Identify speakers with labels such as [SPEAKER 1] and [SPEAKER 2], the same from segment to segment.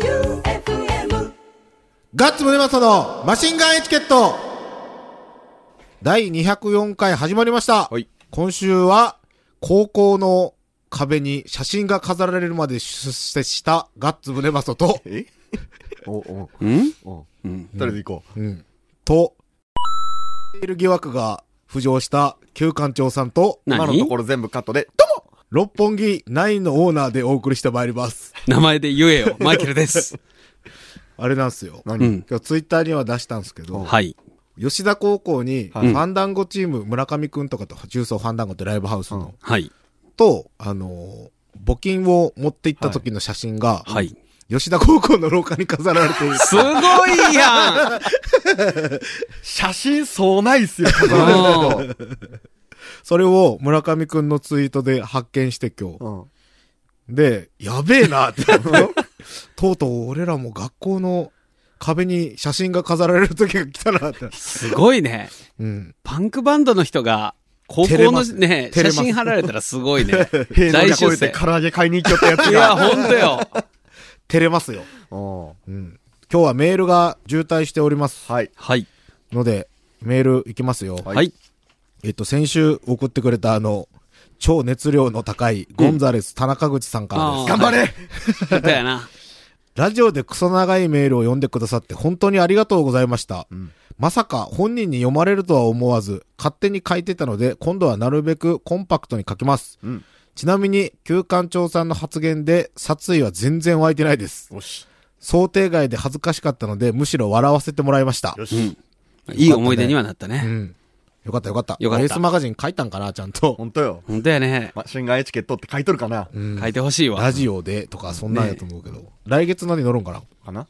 [SPEAKER 1] J-O-E-U-F-M
[SPEAKER 2] ガッツムネマソのマシンガンエチケット第204回始まりました、
[SPEAKER 3] はい
[SPEAKER 2] 今週は高校の壁に写真が飾られるまで出世したガッツムネマソと、
[SPEAKER 3] え お、お、
[SPEAKER 4] ん
[SPEAKER 3] お、
[SPEAKER 4] うん。
[SPEAKER 3] 誰で行こう。
[SPEAKER 2] うん、と、いる疑惑が浮上した旧館長さんと、
[SPEAKER 3] 今の
[SPEAKER 4] 何
[SPEAKER 3] ところ全部カットで、どうも
[SPEAKER 2] 六本木ナインのオーナーでお送りしてまいります。
[SPEAKER 4] 名前で言えよ。マイケルです。
[SPEAKER 2] あれなんすよ。
[SPEAKER 3] 何、
[SPEAKER 4] うん。
[SPEAKER 2] 今日ツイッターには出したんですけど、
[SPEAKER 4] はい。
[SPEAKER 2] 吉田高校に、フ
[SPEAKER 3] はい
[SPEAKER 2] ァンダンゴチーム、村上くんとかと、重曹ファンダンゴってライブハウスの、
[SPEAKER 3] うん
[SPEAKER 4] はい。
[SPEAKER 2] と、あのー募金を持って行った時の写真が、
[SPEAKER 4] はい。
[SPEAKER 2] 吉田高校の廊下に飾られ ている。
[SPEAKER 4] すごいやん
[SPEAKER 3] 写真そうないっ すよ、
[SPEAKER 4] うん
[SPEAKER 2] それを村上くんのツイートで発見して今日。
[SPEAKER 3] うん。
[SPEAKER 2] で、やべえなって。とうとう俺らも学校の壁に写真が飾られる時が来たな って。
[SPEAKER 4] すごいね。
[SPEAKER 2] うん。
[SPEAKER 4] パンクバンドの人が、高
[SPEAKER 2] 照れ
[SPEAKER 4] 校
[SPEAKER 2] ま
[SPEAKER 4] の
[SPEAKER 2] す
[SPEAKER 4] ね、
[SPEAKER 2] 照れ
[SPEAKER 4] 写
[SPEAKER 2] ます
[SPEAKER 4] 真貼られたらすごいね。
[SPEAKER 3] 平野
[SPEAKER 4] 大
[SPEAKER 3] に超
[SPEAKER 4] 出
[SPEAKER 3] えて
[SPEAKER 4] 世。
[SPEAKER 3] 唐揚げ買いに行っちゃったやつ
[SPEAKER 4] いや、
[SPEAKER 3] が。
[SPEAKER 4] ほんとよ。
[SPEAKER 2] 照れますよ。
[SPEAKER 3] うん
[SPEAKER 2] うん。今日はメールが渋滞しております。
[SPEAKER 3] はい。
[SPEAKER 4] はい。
[SPEAKER 2] ので、メールいきますよ。
[SPEAKER 3] はい
[SPEAKER 4] はい。
[SPEAKER 2] えっと、先週送ってくれたあの、超熱量の高いゴンザレス、田中口さんからです
[SPEAKER 4] あー。
[SPEAKER 3] 頑張れ
[SPEAKER 4] だやな。
[SPEAKER 2] ラジオでクソ長いメールを読んでくださって本当にありがとうございました。
[SPEAKER 3] ん
[SPEAKER 2] まさか本人に読まれるとは思わず、勝手に書いてたので、今度はなるべくコンパクトに書きます。
[SPEAKER 3] うん
[SPEAKER 2] ちなみに、旧館長さんの発言で、殺意は全然湧いてないです。
[SPEAKER 3] よし。
[SPEAKER 2] 想定外で恥ずかしかったので、むしろ笑わせてもらいました。
[SPEAKER 3] よし。
[SPEAKER 4] うん。いい思い出にはなった
[SPEAKER 2] う
[SPEAKER 4] ね。
[SPEAKER 2] ん。よかったよかった。
[SPEAKER 4] よかった
[SPEAKER 2] エースマガジン書いたんかな、ちゃんと
[SPEAKER 3] ほ。んとよ。
[SPEAKER 4] ほんとやね。
[SPEAKER 3] マシンガンエチケットって書いとるかな、
[SPEAKER 4] 書いてほしいわ
[SPEAKER 2] ラ。ジオでとか、そんなんやと思うけど。来月何乗るんかな
[SPEAKER 3] かな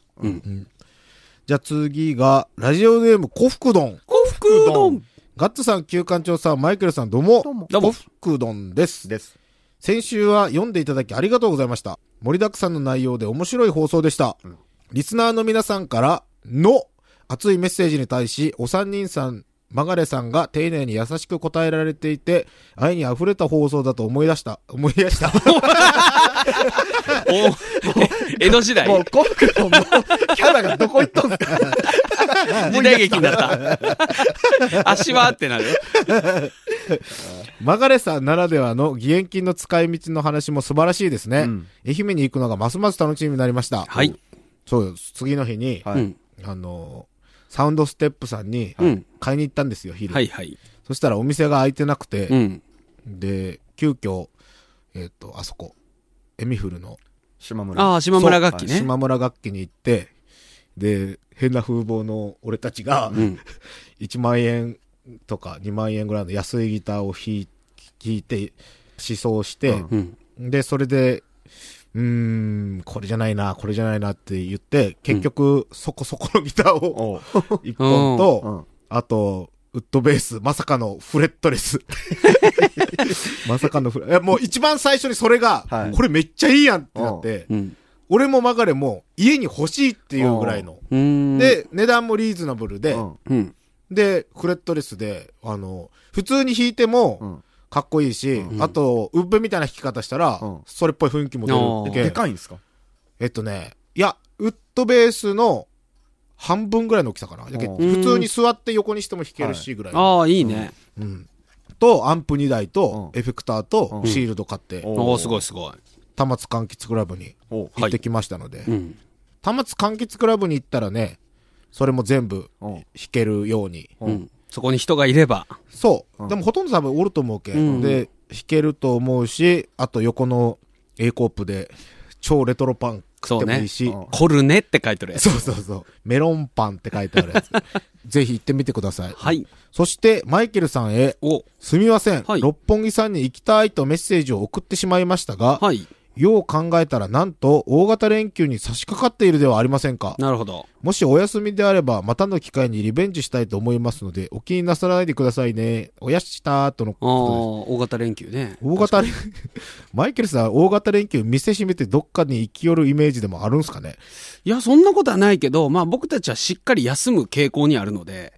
[SPEAKER 2] じゃあ次が、ラジオネーム、コフクドン。
[SPEAKER 4] 幸福丼
[SPEAKER 2] ガッツさん、旧館長さん、マイケルさん、どうも。
[SPEAKER 3] どうも
[SPEAKER 4] どうも
[SPEAKER 2] コフクドンです。
[SPEAKER 3] です。
[SPEAKER 2] 先週は読んでいただきありがとうございました。盛りだくさんの内容で面白い放送でした。リスナーの皆さんからの熱いメッセージに対し、お三人さん、マガレさんが丁寧に優しく答えられていて、愛に溢れた放送だと思い出した。思い出 した。
[SPEAKER 4] お江戸時代
[SPEAKER 3] もう、コックのもうキャラがどこ行っとんすか
[SPEAKER 4] 時代劇になった。足はってなる。
[SPEAKER 2] マガレさんならではの義援金の使い道の話も素晴らしいですね。
[SPEAKER 3] うん
[SPEAKER 2] 愛媛に行くのがますます楽しみになりました。
[SPEAKER 4] はい。
[SPEAKER 2] そうよ次の日に、
[SPEAKER 3] は
[SPEAKER 4] う
[SPEAKER 3] い。
[SPEAKER 4] ん。
[SPEAKER 2] あのーサウンドステップさんに
[SPEAKER 4] うん
[SPEAKER 2] 買いに行ったんですよ、昼。
[SPEAKER 4] はいはい。
[SPEAKER 2] そしたらお店が開いてなくて、
[SPEAKER 4] うん。
[SPEAKER 2] で、急遽、えっ、と、あそこ、エミフルの
[SPEAKER 3] 島村。
[SPEAKER 4] ああ、島村楽器ね。
[SPEAKER 2] 島村楽器に行って、で、変な風貌の俺たちが、
[SPEAKER 4] うん。
[SPEAKER 2] 1万円とか2万円ぐらいの安いギターを弾い弾いて、思想して、
[SPEAKER 3] うん
[SPEAKER 4] うん。
[SPEAKER 2] で、それで、うーん、これじゃないな、これじゃないなって言って、結局、そこそこのギターを
[SPEAKER 3] おう。
[SPEAKER 2] 1本と、
[SPEAKER 3] うん。
[SPEAKER 2] あと、ウッドベース、まさかのフレットレス。 まさかのフレ、いやもう一番最初にそれが、
[SPEAKER 3] はい
[SPEAKER 2] これめっちゃいいやんってなって、
[SPEAKER 4] うん。
[SPEAKER 2] 俺もマガレも家に欲しいっていうぐらいの。
[SPEAKER 4] うん、
[SPEAKER 2] で、値段もリーズナブルで、
[SPEAKER 3] うん。
[SPEAKER 4] うん。
[SPEAKER 2] で、フレットレスで、あの、普通に弾いて
[SPEAKER 3] う
[SPEAKER 2] も
[SPEAKER 3] ん。
[SPEAKER 2] かっこいいし、
[SPEAKER 4] ん
[SPEAKER 2] あと、ウッブみたいな弾き方したら、
[SPEAKER 3] うん
[SPEAKER 2] それっぽい雰囲気も
[SPEAKER 4] あ
[SPEAKER 2] 出
[SPEAKER 4] ー
[SPEAKER 2] る
[SPEAKER 3] で
[SPEAKER 2] け
[SPEAKER 3] かいんすか
[SPEAKER 2] えっとね、いや、ウッドベースの半分ぐらいの大きさかな。だけど
[SPEAKER 3] うん
[SPEAKER 2] 普通に座って横にしても弾けるしぐらいの。
[SPEAKER 4] ああ、いいね。
[SPEAKER 2] うん。と、アンプ2台と、
[SPEAKER 3] うん
[SPEAKER 2] エフェクター
[SPEAKER 3] う
[SPEAKER 2] と、
[SPEAKER 3] ん
[SPEAKER 2] シールド買って、
[SPEAKER 3] お
[SPEAKER 4] おおすごいすごい。
[SPEAKER 2] 田松柑橘クラブに
[SPEAKER 3] おう。
[SPEAKER 2] 行ってきましたので、
[SPEAKER 4] うん。
[SPEAKER 2] 田松柑橘クラブに行ったらね、それも全部
[SPEAKER 3] お
[SPEAKER 2] 弾
[SPEAKER 3] う
[SPEAKER 2] けるように。
[SPEAKER 3] う
[SPEAKER 4] うんん。そこに人がいれば。
[SPEAKER 2] そう。
[SPEAKER 3] うん
[SPEAKER 2] でもほとんど多分おると思うけ、
[SPEAKER 4] うん
[SPEAKER 2] で、弾けると思うし、あと横の A コープで、超レトロパン食ってもいいし、
[SPEAKER 3] そうね
[SPEAKER 4] コルネって書いてるやつ。
[SPEAKER 2] そうそうそう。メロンパンって書いてある やつ。ぜひ行ってみてください。
[SPEAKER 4] はい。
[SPEAKER 2] そして、マイケルさんへ、
[SPEAKER 4] お、
[SPEAKER 2] すみません、
[SPEAKER 4] はい
[SPEAKER 2] 六本木さんに行きたいとメッセージを送ってしまいましたが、
[SPEAKER 4] はい。
[SPEAKER 2] よう考えたらなんと大型連休に差し掛かっているではありませんか。
[SPEAKER 4] なるほど。
[SPEAKER 2] もしお休みであれば、またの機会にリベンジしたいと思いますので、お気になさらないでくださいね。おやっしたーとの
[SPEAKER 4] ああ、
[SPEAKER 2] こと
[SPEAKER 4] 大型連休ね。
[SPEAKER 2] です。大型連、 マイケルさん、大型連休見せしめてどっかに行き寄るイメージでもあるんすかね
[SPEAKER 4] いや、そんなことはないけど、まあ僕たちはしっかり休む傾向にあるので、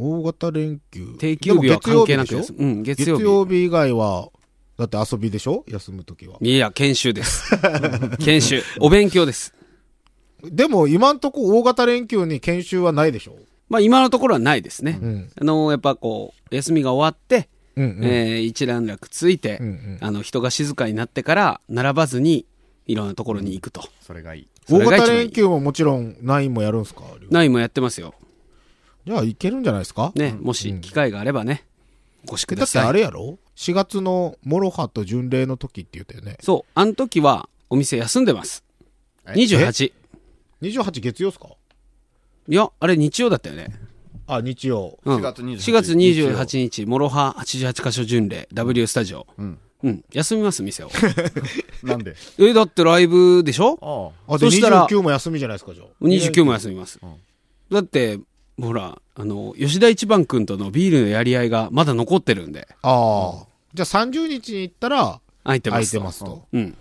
[SPEAKER 2] 大型連休。
[SPEAKER 4] 定休日は関係なく
[SPEAKER 2] でも
[SPEAKER 4] 休む。うん、
[SPEAKER 2] 月
[SPEAKER 4] 月
[SPEAKER 2] 曜
[SPEAKER 4] 曜
[SPEAKER 2] 日でしょ月
[SPEAKER 4] 日。
[SPEAKER 2] 曜日以外は、だって遊びでしょ休むときは。
[SPEAKER 4] いや、研修 です。研修。お勉強です。
[SPEAKER 2] でも今んとこ大型連休に研修はないでしょ
[SPEAKER 4] まあ今のところはないですね。
[SPEAKER 2] ん
[SPEAKER 4] あの、やっぱこう、休みが終わって、
[SPEAKER 2] うんうん
[SPEAKER 4] えー一段落ついて、
[SPEAKER 2] うんうん
[SPEAKER 4] あの、人が静かになってから、並ばずに、いろんなところに行くと。
[SPEAKER 3] それがいい。
[SPEAKER 4] そ
[SPEAKER 2] 大
[SPEAKER 4] れが一
[SPEAKER 2] 型
[SPEAKER 4] 番いい
[SPEAKER 2] 連休ももちろん9もやるんすかりょう
[SPEAKER 4] ナインもやってますよ。
[SPEAKER 2] じゃあいけるんじゃないですか
[SPEAKER 4] ね、もし機会があればね、お越しく
[SPEAKER 2] だ
[SPEAKER 4] だ
[SPEAKER 2] って
[SPEAKER 4] さい。
[SPEAKER 2] あれやろ ?4 月のモロハと巡礼の時って言ったよね。
[SPEAKER 4] そう、あの時は、お店休んでます。
[SPEAKER 3] え
[SPEAKER 4] 28。
[SPEAKER 2] 28月曜っすか
[SPEAKER 4] いや、あれ日曜だったよね。
[SPEAKER 2] あ、日曜。
[SPEAKER 4] うん、
[SPEAKER 3] 4月28
[SPEAKER 4] 4月28日、諸刃88カ所巡礼、W スタジオ。
[SPEAKER 3] うん。
[SPEAKER 4] うん、休みます、店を。
[SPEAKER 3] なんで
[SPEAKER 4] え、だってライブでしょ
[SPEAKER 3] あ
[SPEAKER 2] あ、で
[SPEAKER 4] そしたら
[SPEAKER 2] 29も休みじゃないですか、じゃあ。
[SPEAKER 4] ?29 も休みます
[SPEAKER 3] うん。
[SPEAKER 4] だって、ほら、あの、吉田一番くんとのビールのやり合いがまだ残ってるんで、
[SPEAKER 2] ああ。じゃあ30日に行ったら、
[SPEAKER 4] 空いて
[SPEAKER 2] 空
[SPEAKER 4] ま
[SPEAKER 2] い
[SPEAKER 4] すと。
[SPEAKER 2] てますと。
[SPEAKER 4] うん。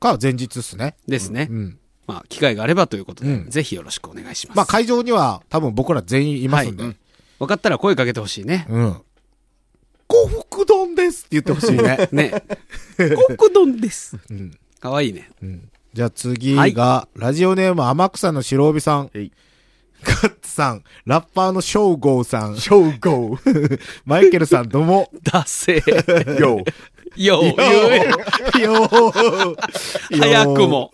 [SPEAKER 2] か、前日っすね。
[SPEAKER 4] ですね。
[SPEAKER 2] うん。
[SPEAKER 4] まあ、機会があればということで、
[SPEAKER 2] うん
[SPEAKER 4] ぜひよろしくお願いします。
[SPEAKER 2] まあ会場には多分僕ら全員いますんで。
[SPEAKER 4] は分かったら声かけてほしいね。。
[SPEAKER 2] うん。幸福丼ですって言ってほしいね
[SPEAKER 4] ね。国丼です。かわいいね。
[SPEAKER 2] うんじゃあ次が、ラジオネーム天草の白帯さん、
[SPEAKER 3] あ。えい。
[SPEAKER 2] ガッツさん、ラッパーのショウゴーさん、
[SPEAKER 3] 超ゴー。
[SPEAKER 2] マイケルさんどうも。
[SPEAKER 4] ダセ
[SPEAKER 3] よー。
[SPEAKER 4] ー。よう、よ
[SPEAKER 2] よー
[SPEAKER 4] う、早くも。。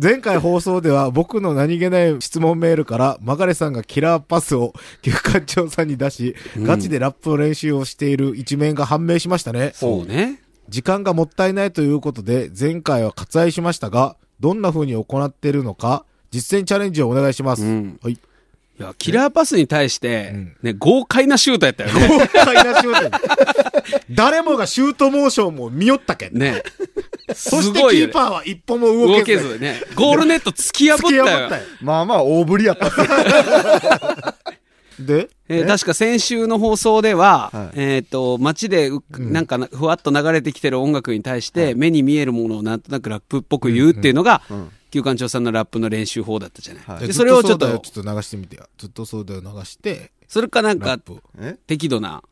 [SPEAKER 2] 前回放送では僕の何気ない質問メールから、マガレさんがキラーパスを旧館長さんに出し、ガチでラップの練習をしている一面が判明しましたね。
[SPEAKER 4] そうね。
[SPEAKER 2] 時間がもったいないということで、前回は割愛しましたが、どんな風に行っているのか、実践チャレンジをお願いします。
[SPEAKER 4] うん
[SPEAKER 2] はい。
[SPEAKER 4] いや、キラーパスに対して
[SPEAKER 2] ん、
[SPEAKER 4] ね、豪快なシュートやったよね。
[SPEAKER 2] 豪快なシュート。誰もがシュートモーションも見よったけん。
[SPEAKER 4] ね。
[SPEAKER 2] そして
[SPEAKER 4] すごい
[SPEAKER 2] キ
[SPEAKER 4] よ
[SPEAKER 2] ー
[SPEAKER 4] ね
[SPEAKER 2] パーは一歩も動
[SPEAKER 4] 動
[SPEAKER 2] け
[SPEAKER 4] け
[SPEAKER 2] ず。
[SPEAKER 4] ずね。ゴールネット突き破っ
[SPEAKER 2] 突き破ったた
[SPEAKER 4] よ
[SPEAKER 2] よ。。
[SPEAKER 3] まあまあ、大ぶりやった。
[SPEAKER 2] で、
[SPEAKER 4] えー確か先週の放送では
[SPEAKER 3] は、
[SPEAKER 4] えっと、街でう、なんかな、ふわっと流れてきてる音楽に対して、目に見えるものをなんとなくラップっぽく言うっていうのが、旧館長さんのラップの練習法だったじゃ
[SPEAKER 3] は
[SPEAKER 4] な
[SPEAKER 2] ず
[SPEAKER 4] いい。で、
[SPEAKER 2] っ
[SPEAKER 4] それをち
[SPEAKER 2] そ
[SPEAKER 4] ょっ
[SPEAKER 2] うだよ
[SPEAKER 4] と
[SPEAKER 2] ち、ょっと流してみてよ。ずっとそうだよ流して、
[SPEAKER 4] それかなん
[SPEAKER 2] ラ
[SPEAKER 4] か
[SPEAKER 2] ッ、プ。
[SPEAKER 3] え
[SPEAKER 4] 適度な、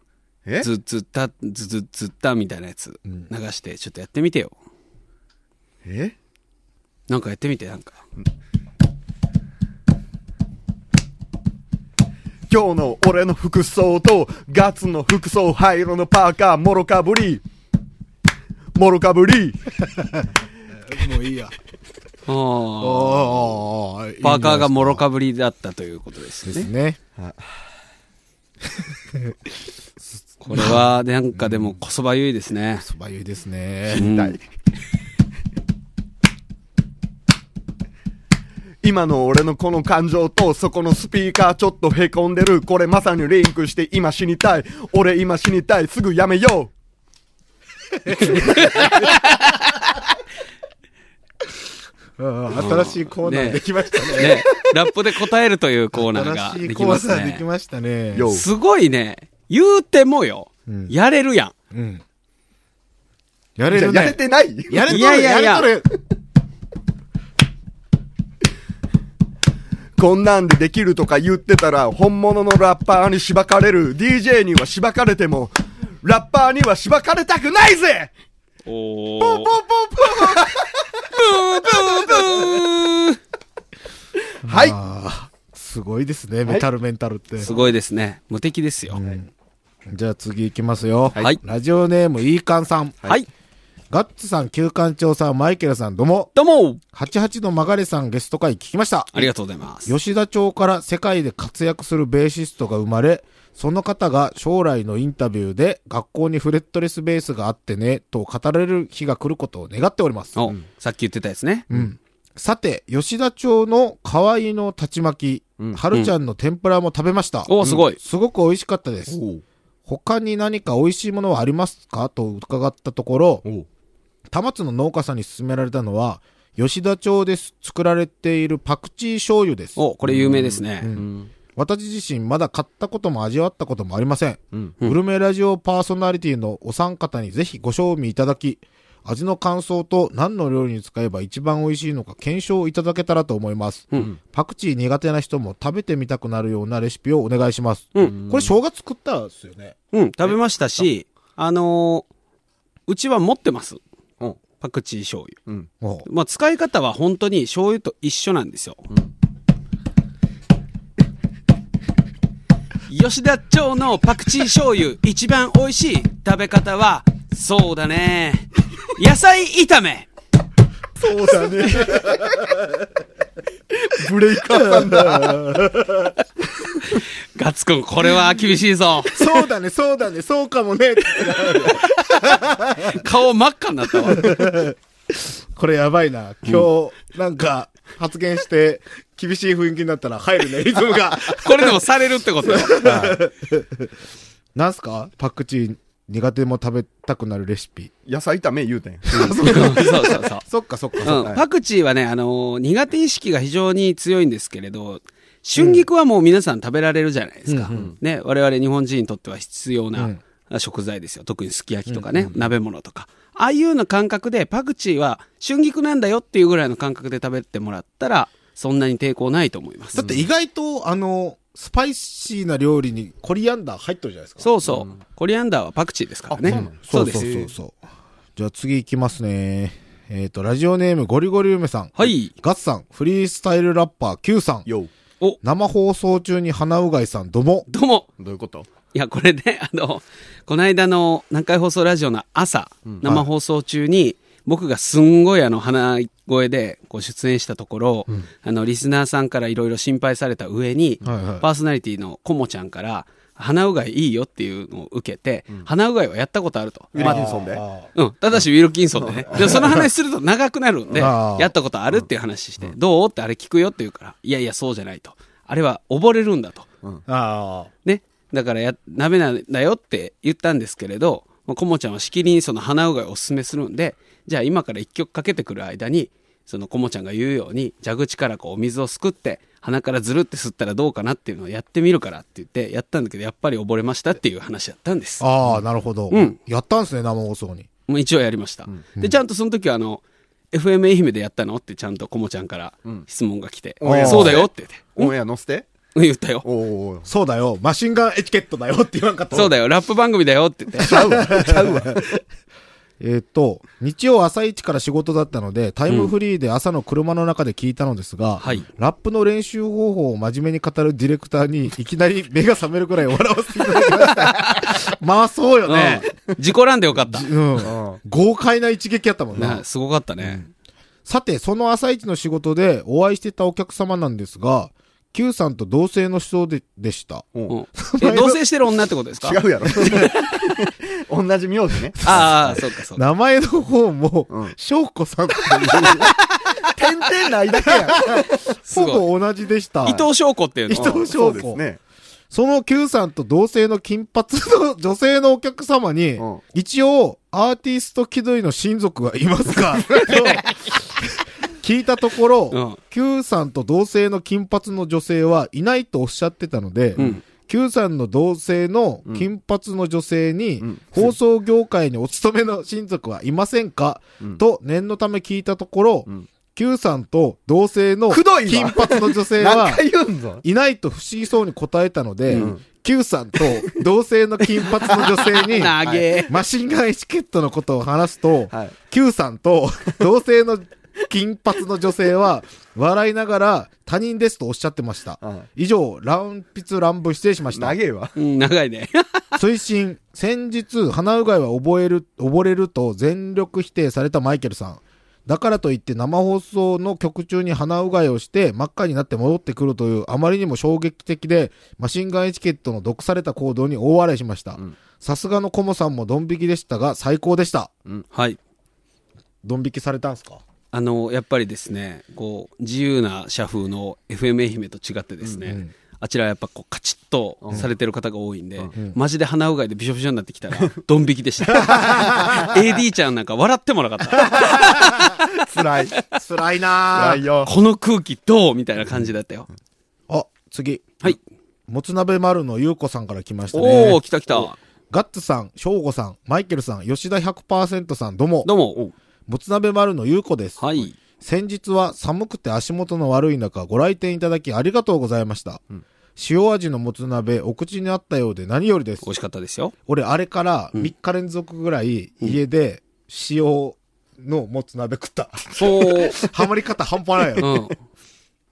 [SPEAKER 3] え
[SPEAKER 4] ずっつった、ずずっつったみたいなやつ流して、ちょっとやってみてよ。
[SPEAKER 3] え
[SPEAKER 4] なんかやってみて、なんか。
[SPEAKER 3] 今日の俺の服装と、ガッツの服装、灰色のパーカー、もろかぶり。もろかぶり。
[SPEAKER 2] もういいや。
[SPEAKER 4] あー
[SPEAKER 2] ああ、
[SPEAKER 4] パーカーがもろ
[SPEAKER 2] か
[SPEAKER 4] かぶりだったということです
[SPEAKER 2] です
[SPEAKER 4] ね。
[SPEAKER 2] ね。
[SPEAKER 4] これは、なんかでも、こそばゆいですね。
[SPEAKER 2] そばゆいですね。
[SPEAKER 4] うん
[SPEAKER 3] 痛い今の俺のこの感情とそこのスピーカーちょっとへこんでるこれまさにリンクして今死にたい俺今死にたいすぐやめよ
[SPEAKER 2] うん新しいコーナーできましたね。
[SPEAKER 4] ね、ラップで答えるというコーナー
[SPEAKER 2] 新
[SPEAKER 4] が
[SPEAKER 2] し
[SPEAKER 4] で
[SPEAKER 2] い
[SPEAKER 4] き
[SPEAKER 2] コ
[SPEAKER 4] ま
[SPEAKER 2] ー
[SPEAKER 4] す
[SPEAKER 2] ナーで
[SPEAKER 4] ね
[SPEAKER 2] き。ましたね。
[SPEAKER 3] よ
[SPEAKER 4] すごいね。言うてもよ。
[SPEAKER 2] ん
[SPEAKER 4] やれるやん。
[SPEAKER 2] うん。や
[SPEAKER 3] う
[SPEAKER 2] れ
[SPEAKER 3] じゃ
[SPEAKER 2] る
[SPEAKER 3] あ
[SPEAKER 2] ね。
[SPEAKER 3] やれてない
[SPEAKER 2] やれとる
[SPEAKER 4] いやいやいや
[SPEAKER 2] やれとる
[SPEAKER 3] こんなんでできるとか言ってたら本物のラッパーにしばかれる DJ にはしばかれてもラッパーにはしばかれたくないぜ
[SPEAKER 4] おー。
[SPEAKER 3] ポンポンポン
[SPEAKER 4] ブーブーブ
[SPEAKER 3] ポンはい
[SPEAKER 2] あーすごいですね、メタルメンタルって。
[SPEAKER 4] ーすごいですね。無敵ですよ。
[SPEAKER 2] じゃあ次行きますよ。
[SPEAKER 4] はい
[SPEAKER 2] ラジオネーム、イーカンさん。
[SPEAKER 4] はい。
[SPEAKER 2] ガッツさん、旧館長さん、マイケルさん、どうも。
[SPEAKER 4] どうも
[SPEAKER 2] 88の曲がれさんゲスト会聞きました。
[SPEAKER 4] ありがとうございます。
[SPEAKER 2] 吉田町から世界で活躍するベーシストが生まれ、その方が将来のインタビューで学校にフレットレスベースがあってね、と語られる日が来ることを願っております。
[SPEAKER 4] お、さっき言ってたやつね。
[SPEAKER 2] うん。さて、吉田町の河合の立ち巻
[SPEAKER 3] うん
[SPEAKER 2] き、はるちゃんの天ぷらも食べました。
[SPEAKER 4] おすごい
[SPEAKER 2] うんすごく美味しかったです。他に何か美味しいものはありますかと伺ったところ、田松の農家さんに勧められたのは、吉田町で作られているパクチー醤油です。
[SPEAKER 4] お、これ有名ですね。
[SPEAKER 2] 私自身まだ買ったことも味わったこともありません。
[SPEAKER 3] うん
[SPEAKER 2] グルメラジオパーソナリティのお三方にぜひご賞味いただき、味の感想と何の料理に使えば一番美味しいのか検証いただけたらと思います。
[SPEAKER 4] うん
[SPEAKER 2] パクチー苦手な人も食べてみたくなるようなレシピをお願いします。
[SPEAKER 4] う
[SPEAKER 2] これ生姜作ったんですよね。
[SPEAKER 4] うん、食べましたし、あのーうちは持ってます。
[SPEAKER 3] うん。
[SPEAKER 4] パクチー醤油。
[SPEAKER 3] うん。
[SPEAKER 2] おう
[SPEAKER 4] まあ、使い方は本当に醤油と一緒なんですよ。吉田町のパクチー醤油一番美味しい食べ方は、そうだ ね。野菜炒め。
[SPEAKER 2] そうだね。
[SPEAKER 3] ブレイクアップなんだ。
[SPEAKER 4] ガッツくん、これは厳しいぞ。
[SPEAKER 2] そうだね、そうだね、そうかもね。
[SPEAKER 4] 顔真っ赤になったわ。
[SPEAKER 2] これやばいな。今日、なんか、発言して、厳しい雰囲気になったら入るね、リズムが。
[SPEAKER 4] これでもされるって ことよ。
[SPEAKER 2] なんすかパクチー苦手も食べたくなるレシピ。
[SPEAKER 3] 野菜炒め言うてん。
[SPEAKER 4] そうそうそう。
[SPEAKER 2] そっかそっかそっ
[SPEAKER 4] うん、パクチーはね、あのー苦手意識が非常に強いんですけれど、春菊はもう皆さん食べられるじゃないですか。ね、我々日本人にとっては必要な食材ですよ。特にすき焼きとかね、鍋物とか。ああいうの感覚で、パクチーは春菊なんだよっていうぐらいの感覚で食べてもらったら、そんなに抵抗ないと思います。
[SPEAKER 2] だって意外と、あの、スパイシーな料理にコリアンダー入っとるじゃないですか。
[SPEAKER 4] そうそう、コリアンダーはパクチーですからね。そうです。
[SPEAKER 2] そうそうそうそうじゃあ次行きますね。えっ、と、ラジオネームゴリゴリ梅さん。
[SPEAKER 4] はい
[SPEAKER 2] ガッツさん、フリースタイルラッパー Q さん。
[SPEAKER 3] よう。
[SPEAKER 4] お、
[SPEAKER 2] 生放送中に鼻うがいさん、どうも。
[SPEAKER 4] どうも。
[SPEAKER 3] どういうこと
[SPEAKER 4] いや、これね、 あの、この間の南海放送ラジオの朝、生放送中に、僕がすんごいあの、鼻声でこう出演したところ、あの、リスナーさんからいろいろ心配された上に、
[SPEAKER 2] はいはい
[SPEAKER 4] パーソナリティのコモちゃんから、鼻うがいいいよっていうのを受けて、鼻うがいはやったことあると。
[SPEAKER 3] ウィルキンソンで。
[SPEAKER 4] うん。ただし、ウィルキンソンでね。で、その話すると長くなるんで、
[SPEAKER 2] あー
[SPEAKER 4] やったことあるっていう話して、どうってあれ聞くよって言うから、いやいや、そうじゃないと。あれは溺れるんだと。
[SPEAKER 2] ああ。
[SPEAKER 4] ね。だからや、ダメなんだよって言ったんですけれど、まあ、コモちゃんはしきりにその鼻うがいをおすすめするんで、じゃあ今から一曲かけてくる間に、そのコモちゃんが言うように、蛇口からこうお水をすくって、鼻からずるって吸ったらどうかなっていうのをやってみるからって言って、やったんだけど、やっぱり溺れましたっていう話だったんです。
[SPEAKER 2] ああ、なるほど。
[SPEAKER 4] うん
[SPEAKER 2] やったんすね、生放送に。
[SPEAKER 4] もう一応やりました。で、ちゃんとその時はあの、FM 愛媛でやったのってちゃんとコモちゃんから質問が来て、
[SPEAKER 3] うん
[SPEAKER 4] そうだよって言って、
[SPEAKER 3] オンエア載せて。
[SPEAKER 4] うん言ったよ。
[SPEAKER 3] おうおうおう。
[SPEAKER 2] そうだよ、マシンガンエチケットだよって言わんかった。
[SPEAKER 4] そうだよ、ラップ番組だよって言って。
[SPEAKER 3] ちゃうわ。ちゃうわ。
[SPEAKER 2] えっ、と、日曜朝一から仕事だったので、タイムフリーで朝の車の中で聞いたのですが、
[SPEAKER 4] はい
[SPEAKER 2] ラップの練習方法を真面目に語るディレクターに、いきなり目が覚めるくらい笑わせていただきま した。まあ、そうよね。
[SPEAKER 4] うん事故らんでよかった。
[SPEAKER 2] うん。
[SPEAKER 3] うん
[SPEAKER 2] 豪快な一撃やったもんな。
[SPEAKER 4] なすごかったね。
[SPEAKER 2] さて、その朝一の仕事でお会いしてたお客様なんですが、Q さんと同性の人ででした。
[SPEAKER 3] う
[SPEAKER 4] う
[SPEAKER 3] ん
[SPEAKER 4] ん、え同棲してる女ってことですか
[SPEAKER 3] 違 うやろ。同じ名字ね。
[SPEAKER 4] ああ、そうかそうか。
[SPEAKER 2] 名前の方も
[SPEAKER 3] うん、
[SPEAKER 2] 翔子さんという
[SPEAKER 3] 点々ないだけやん。
[SPEAKER 4] すごい。
[SPEAKER 2] ほぼ同じでした。
[SPEAKER 4] 伊藤翔子っていう
[SPEAKER 2] 伊藤翔
[SPEAKER 4] の。
[SPEAKER 3] そう
[SPEAKER 2] 子
[SPEAKER 3] ですね。
[SPEAKER 2] その Q さんと同性の金髪の女性のお客様に、
[SPEAKER 3] うん
[SPEAKER 2] 一応、アーティスト気取りの親族はいます かと聞いたところ、
[SPEAKER 4] うん
[SPEAKER 2] Q さんと同性の金髪の女性はいないとおっしゃってたので、
[SPEAKER 4] ん
[SPEAKER 2] Q さんの同性の金髪の女性に、
[SPEAKER 3] ん
[SPEAKER 2] 放送業界にお勤めの親族はいませんか、と念のため聞いたところ、
[SPEAKER 3] ん
[SPEAKER 2] Q さんと同性の
[SPEAKER 3] くどいわ
[SPEAKER 2] 金髪の女性は
[SPEAKER 3] 何、回言うんぞ。
[SPEAKER 2] いないと不思議そうに答えたので、
[SPEAKER 3] うん
[SPEAKER 2] Q さんと同性の金髪の女性 に、
[SPEAKER 4] なげえ。
[SPEAKER 2] マシンガンエチケットのことを話すと、
[SPEAKER 3] はい
[SPEAKER 2] Q さんと同性の金髪の女性は、笑いながら他人ですとおっしゃってました。
[SPEAKER 3] うん
[SPEAKER 2] 以上、乱筆乱舞失礼しました
[SPEAKER 3] 長。えわ。
[SPEAKER 4] うん、長いね。
[SPEAKER 2] 推進、先日、鼻うがいは覚える、溺れると全力否定されたマイケルさん。だからといって生放送の曲中に鼻うがいをして真っ赤になって戻ってくるというあまりにも衝撃的でマシンガンエチケットの毒された行動に大笑いしました
[SPEAKER 3] ん。
[SPEAKER 2] さすがのコモさんもドン引きでしたが最高でした。
[SPEAKER 4] はい。
[SPEAKER 2] ドン引きされたんすか
[SPEAKER 4] あの、やっぱりですね、こう、自由な社風の FM 愛媛と違ってですね、あちらはやっぱこうカチッとされてる方が多いんで、マジで鼻うがいでびしょびしょになってきたら、ドン引きでした。AD ちゃんなんか笑ってもなかった。
[SPEAKER 3] 辛い。
[SPEAKER 2] 辛いな
[SPEAKER 3] 辛いよ。
[SPEAKER 4] この空気どうみたいな感じだったよ。
[SPEAKER 2] あ、次。
[SPEAKER 4] はい。
[SPEAKER 2] もつ鍋丸のゆうこさんから来ましたね。
[SPEAKER 4] おー、来た来た。
[SPEAKER 2] ガッツさん、しょうごさん、マイケルさん、吉田100%さん、どうも。
[SPEAKER 4] どうも。
[SPEAKER 2] もつ鍋丸のゆうこです。
[SPEAKER 4] はい。
[SPEAKER 2] 先日は寒くて足元の悪い中ご来店いただきありがとうございました。塩味のもつ鍋、お口にあったようで何よりです
[SPEAKER 4] 美。味しかったですよ。
[SPEAKER 2] 俺、あれから3日連続ぐらい、家で塩のもつ鍋食っ た。
[SPEAKER 4] そう。
[SPEAKER 2] ハマり方半端ないよ。
[SPEAKER 4] うん。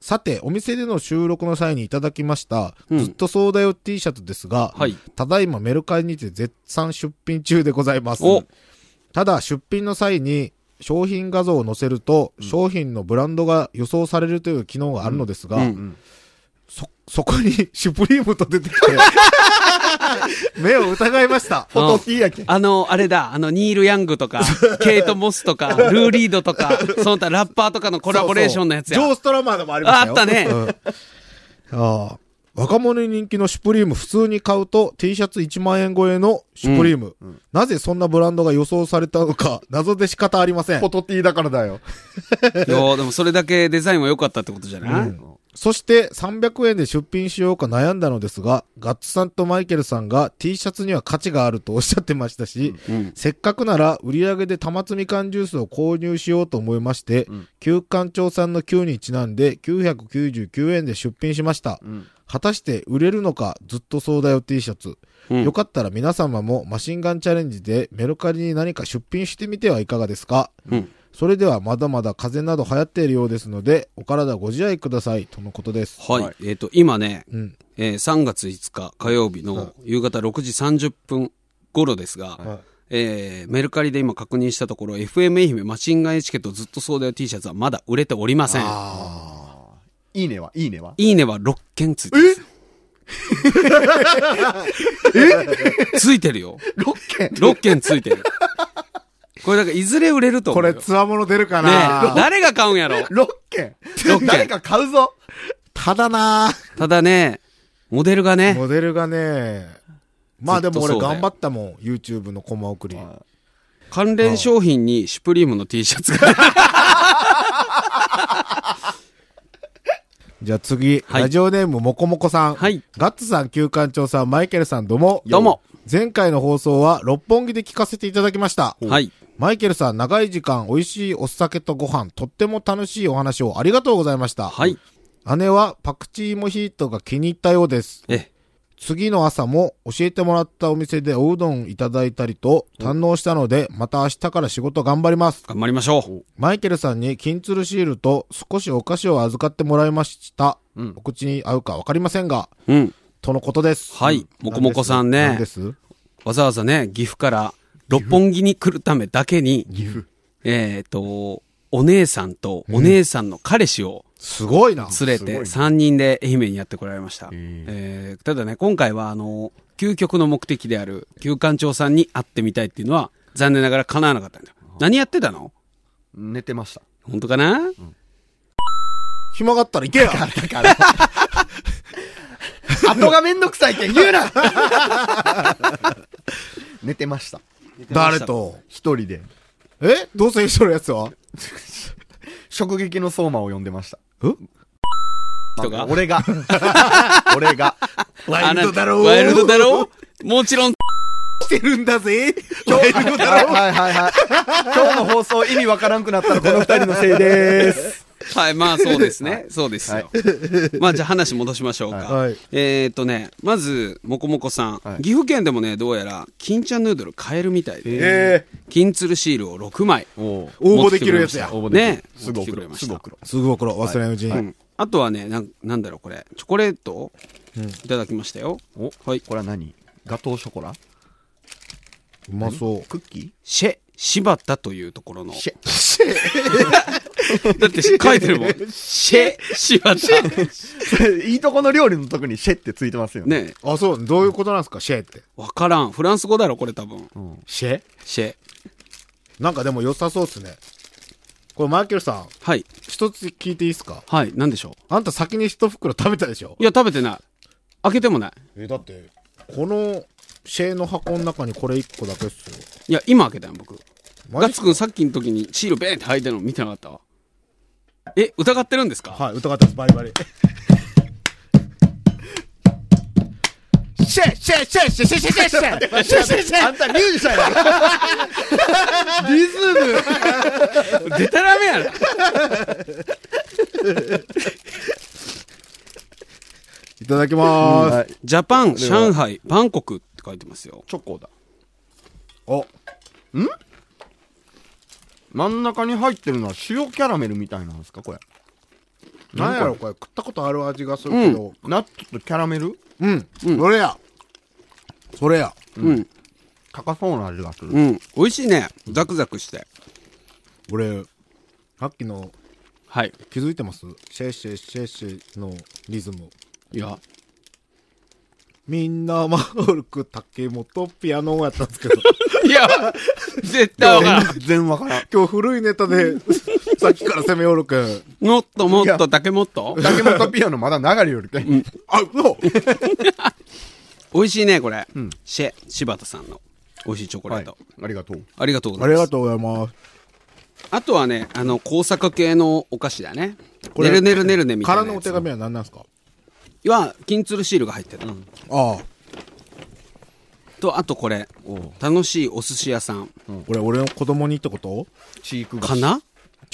[SPEAKER 2] さて、お店での収録の際にいただきました、
[SPEAKER 4] うん
[SPEAKER 2] ずっとそうだよ T シャツですが、
[SPEAKER 4] はい
[SPEAKER 2] ただいまメルカリにて絶賛出品中でございます。
[SPEAKER 4] お
[SPEAKER 2] ただ、出品の際に、商品画像を載せると、商品のブランドが予想されるという機能があるのですが、
[SPEAKER 4] うんう
[SPEAKER 2] そ、そこに、シュプリームと出て きて、目を疑いました。
[SPEAKER 3] フォトティーやけん。
[SPEAKER 4] あの、あれだ、あの、ニール・ヤング とか、ケイト・モスとか、ルー・リードとか、その他ラッパーとかのコラボレーションのやつや。
[SPEAKER 2] そうそうジョーストラマーでもありましたよ。
[SPEAKER 4] ああったね
[SPEAKER 2] うんああ若者に人気のシュプリーム普通に買うと T シャツ1万円超えのシュプリーム、なぜそんなブランドが予想されたのか謎で仕方ありません
[SPEAKER 3] フォ。トティーだからだよ。
[SPEAKER 4] いやでもそれだけデザインは良かったってことじゃない、
[SPEAKER 2] そして300円で出品しようか悩んだのですが、ガッツさんとマイケルさんが T シャツには価値があるとおっしゃってましたし、せっかくなら売り上げで玉摘み缶ジュースを購入しようと思いまして、旧館長さんの9にちなんで999円で出品しました。果たして売れるのかずっとそうだよ T シャツ。よかったら皆様もマシンガンチャレンジでメルカリに何か出品してみてはいかがですか、
[SPEAKER 4] うん
[SPEAKER 2] それではまだまだ風邪など流行っているようですので、お体ご自愛ください、とのことです。
[SPEAKER 4] はい。えっ、と、今ね、
[SPEAKER 2] うん。
[SPEAKER 4] えー3月5日火曜日の夕方6時30分頃ですが、えーメルカリで今確認したところ、FM 愛媛マシンガンエチケットずっとそうだよ T シャツはまだ売れておりません。
[SPEAKER 3] いいねはいいねはい
[SPEAKER 4] いねは6件ついてます。 えついてるよ。
[SPEAKER 3] ?6 件。
[SPEAKER 4] 6件ついてる。これだからいずれ売れると思
[SPEAKER 2] こ
[SPEAKER 4] うよ。
[SPEAKER 2] れ、つわもの出るか
[SPEAKER 4] ね
[SPEAKER 2] な、
[SPEAKER 4] え誰が買うんやろ
[SPEAKER 3] 6件。
[SPEAKER 4] 六件
[SPEAKER 3] 誰か買うぞ。
[SPEAKER 2] ただな
[SPEAKER 4] ただね、モデルがね、
[SPEAKER 2] モデルが ね、まあでも
[SPEAKER 4] ず
[SPEAKER 2] 俺
[SPEAKER 4] っとそうだよ
[SPEAKER 2] 頑張ったもん、YouTube のコマ送り。
[SPEAKER 4] 関連商品にシュプリームの T シャツ が。
[SPEAKER 2] じゃあ次、
[SPEAKER 4] はい
[SPEAKER 2] ラジオネームもこもこさん。
[SPEAKER 4] はい
[SPEAKER 2] ガッツさん、旧館長さん、マイケルさん、どうも。
[SPEAKER 4] どうも。
[SPEAKER 2] 前回の放送は六本木で聞かせていただきました。
[SPEAKER 4] はい。
[SPEAKER 2] マイケルさん、長い時間、美味しいお酒とご飯、とっても楽しいお話をありがとうございました。
[SPEAKER 4] はい。
[SPEAKER 2] 姉はパクチーモヒートが気に入ったようです。
[SPEAKER 4] え、
[SPEAKER 2] 次の朝も教えてもらったお店でおうどんいただいたりと堪能したので、また明日から仕事頑張ります。
[SPEAKER 4] 頑張りましょ
[SPEAKER 2] マイケルさんに金鶴シールと少しお菓子を預かってもらいました。お口に合うかわかりませんが、
[SPEAKER 4] う。うん。
[SPEAKER 2] とのことです。
[SPEAKER 4] はいもこもこさんね
[SPEAKER 2] 何です何です
[SPEAKER 4] わざわざね、岐阜から六本木に来るためだけに、えっ、と、お姉さんとお姉さんの彼氏を
[SPEAKER 2] すごいな。
[SPEAKER 4] 連れて3人で愛媛にやってこられました。えーただね、今回はあの、究極の目的である旧館長さんに会ってみたいっていうのは残念ながら叶わなかったんだよ。何やってたの
[SPEAKER 3] 寝てました。
[SPEAKER 4] 本当かな、
[SPEAKER 2] 暇があったら行け よ
[SPEAKER 3] だから。後がめんどくさいけん言うな 寝てました。
[SPEAKER 2] 誰と
[SPEAKER 3] 一人で。
[SPEAKER 2] えどうせ一緒のやつは
[SPEAKER 3] 直撃の相馬を呼んでました。
[SPEAKER 4] 人が
[SPEAKER 3] 俺 が。俺が。
[SPEAKER 2] ワイルドだろ
[SPEAKER 4] あな
[SPEAKER 2] う
[SPEAKER 4] ワイルドだろうもちろん、
[SPEAKER 2] してるんだ ぜ
[SPEAKER 3] はいはいはいはい。今日の放送意味わからんくなったらこの二人のせいです。
[SPEAKER 4] はい、まあそうで すね。そうですよ。まあじゃあ話戻しましょうか。
[SPEAKER 2] はい
[SPEAKER 4] えーっとね、まず、もこもこさん、
[SPEAKER 3] はい
[SPEAKER 4] 岐阜県でもね、どうやら、金ちゃんヌードル買えるみたいで、
[SPEAKER 2] え
[SPEAKER 4] 金鶴シールを6枚。
[SPEAKER 3] お
[SPEAKER 2] 応募できるやつや。
[SPEAKER 3] 応募できる
[SPEAKER 4] ね
[SPEAKER 3] すぐ
[SPEAKER 4] 持ってき
[SPEAKER 3] 送
[SPEAKER 4] てくれ
[SPEAKER 3] ろ
[SPEAKER 4] ま
[SPEAKER 3] う。す
[SPEAKER 4] し
[SPEAKER 3] ぐ
[SPEAKER 4] た
[SPEAKER 3] 送ろう。
[SPEAKER 2] すぐ送ろう。忘れないうちに。
[SPEAKER 4] うんあとはねなん、なんだろうこれ、チョコレート、いただきましたよ。
[SPEAKER 3] お
[SPEAKER 4] はい。
[SPEAKER 3] これは何ガトーショコラ
[SPEAKER 2] うまそう。
[SPEAKER 3] クッキ
[SPEAKER 4] シェ、柴田というところの。
[SPEAKER 3] シ
[SPEAKER 4] だって書いてるもん。シェ、柴田。
[SPEAKER 3] ェ いいとこの料理のとこにシェってついてますよね。
[SPEAKER 4] ねえ
[SPEAKER 2] あ、そう。どういうことなんですかシェって。
[SPEAKER 4] わからん。フランス語だろ、これ多分。
[SPEAKER 2] シェ
[SPEAKER 4] シェ。
[SPEAKER 2] なんかでも良さそうっすね。これマイケルさん、
[SPEAKER 4] はい。
[SPEAKER 2] 一つ聞いていいっすか
[SPEAKER 4] はい、なんでしょう。
[SPEAKER 2] あんた先に一袋食べたでしょ
[SPEAKER 4] いや、食べてない。開けてもない。
[SPEAKER 2] え、だって、このシェの箱の中にこれ一個だけっすよ。
[SPEAKER 4] いや、今開けたよ、僕。
[SPEAKER 2] マ
[SPEAKER 4] ガッ
[SPEAKER 2] ジ
[SPEAKER 4] ツくんさっきの時にシールベーンって履いてるの見てなかったわ。え、疑ってるんですか
[SPEAKER 2] はい、疑ってます。バリバリ。シェシェシェシェシェシェシェシェシェシェシェ
[SPEAKER 3] あんたミュージシャンやろ
[SPEAKER 4] リズムでたらめやろ
[SPEAKER 2] いただきま
[SPEAKER 3] は
[SPEAKER 2] ーす。
[SPEAKER 3] い。
[SPEAKER 4] ジャパン、上海、バンコクって書いてますよ。
[SPEAKER 3] チョコだ。
[SPEAKER 2] お、
[SPEAKER 3] 真ん中に入ってるのは塩キャラメルみたいなんですかこれ。
[SPEAKER 2] なんやろ、これ。食ったことある味がするけど。
[SPEAKER 3] ナッツとキャラメル
[SPEAKER 2] うん。それや。それや。
[SPEAKER 4] うん。
[SPEAKER 3] 高そうな味がする。
[SPEAKER 4] うん。美味しいね。ザクザクして。
[SPEAKER 2] 俺、さっきの
[SPEAKER 4] はい。
[SPEAKER 2] 気づいてますシェシェシェシェのリズム。
[SPEAKER 4] いや。
[SPEAKER 2] みんなマルク竹本ピアノをやったんですけど、
[SPEAKER 4] いや、絶対わからん。
[SPEAKER 3] 全然わからん。
[SPEAKER 2] 今日古いネタ で、さっきから攻めおるくん。
[SPEAKER 4] もっとも
[SPEAKER 3] いや
[SPEAKER 4] っと、竹もっと。
[SPEAKER 3] 竹本ピアノまだ流れよりかい。
[SPEAKER 2] あ、そう
[SPEAKER 4] 美味しいね、これ
[SPEAKER 3] ん。
[SPEAKER 4] シェ、柴田さんの。美味しいチョコレ
[SPEAKER 3] は
[SPEAKER 4] ー
[SPEAKER 3] い
[SPEAKER 4] ト。。
[SPEAKER 3] ありがとう。
[SPEAKER 4] ありがとうござ
[SPEAKER 2] あ
[SPEAKER 4] い
[SPEAKER 2] り
[SPEAKER 4] ます。
[SPEAKER 2] がとうございます。
[SPEAKER 4] あとはね、あの、工作系のお菓子だね。ねるねるねるねみたいな
[SPEAKER 2] 空
[SPEAKER 4] やつ。
[SPEAKER 2] のお手紙は何なんですか
[SPEAKER 4] は、金鶴シールが入ってた。
[SPEAKER 2] ああ。
[SPEAKER 4] と、あとこれ
[SPEAKER 3] おう、
[SPEAKER 4] 楽しいお寿司屋さん。
[SPEAKER 2] これ俺の子供にってこと
[SPEAKER 3] チークが。
[SPEAKER 4] かな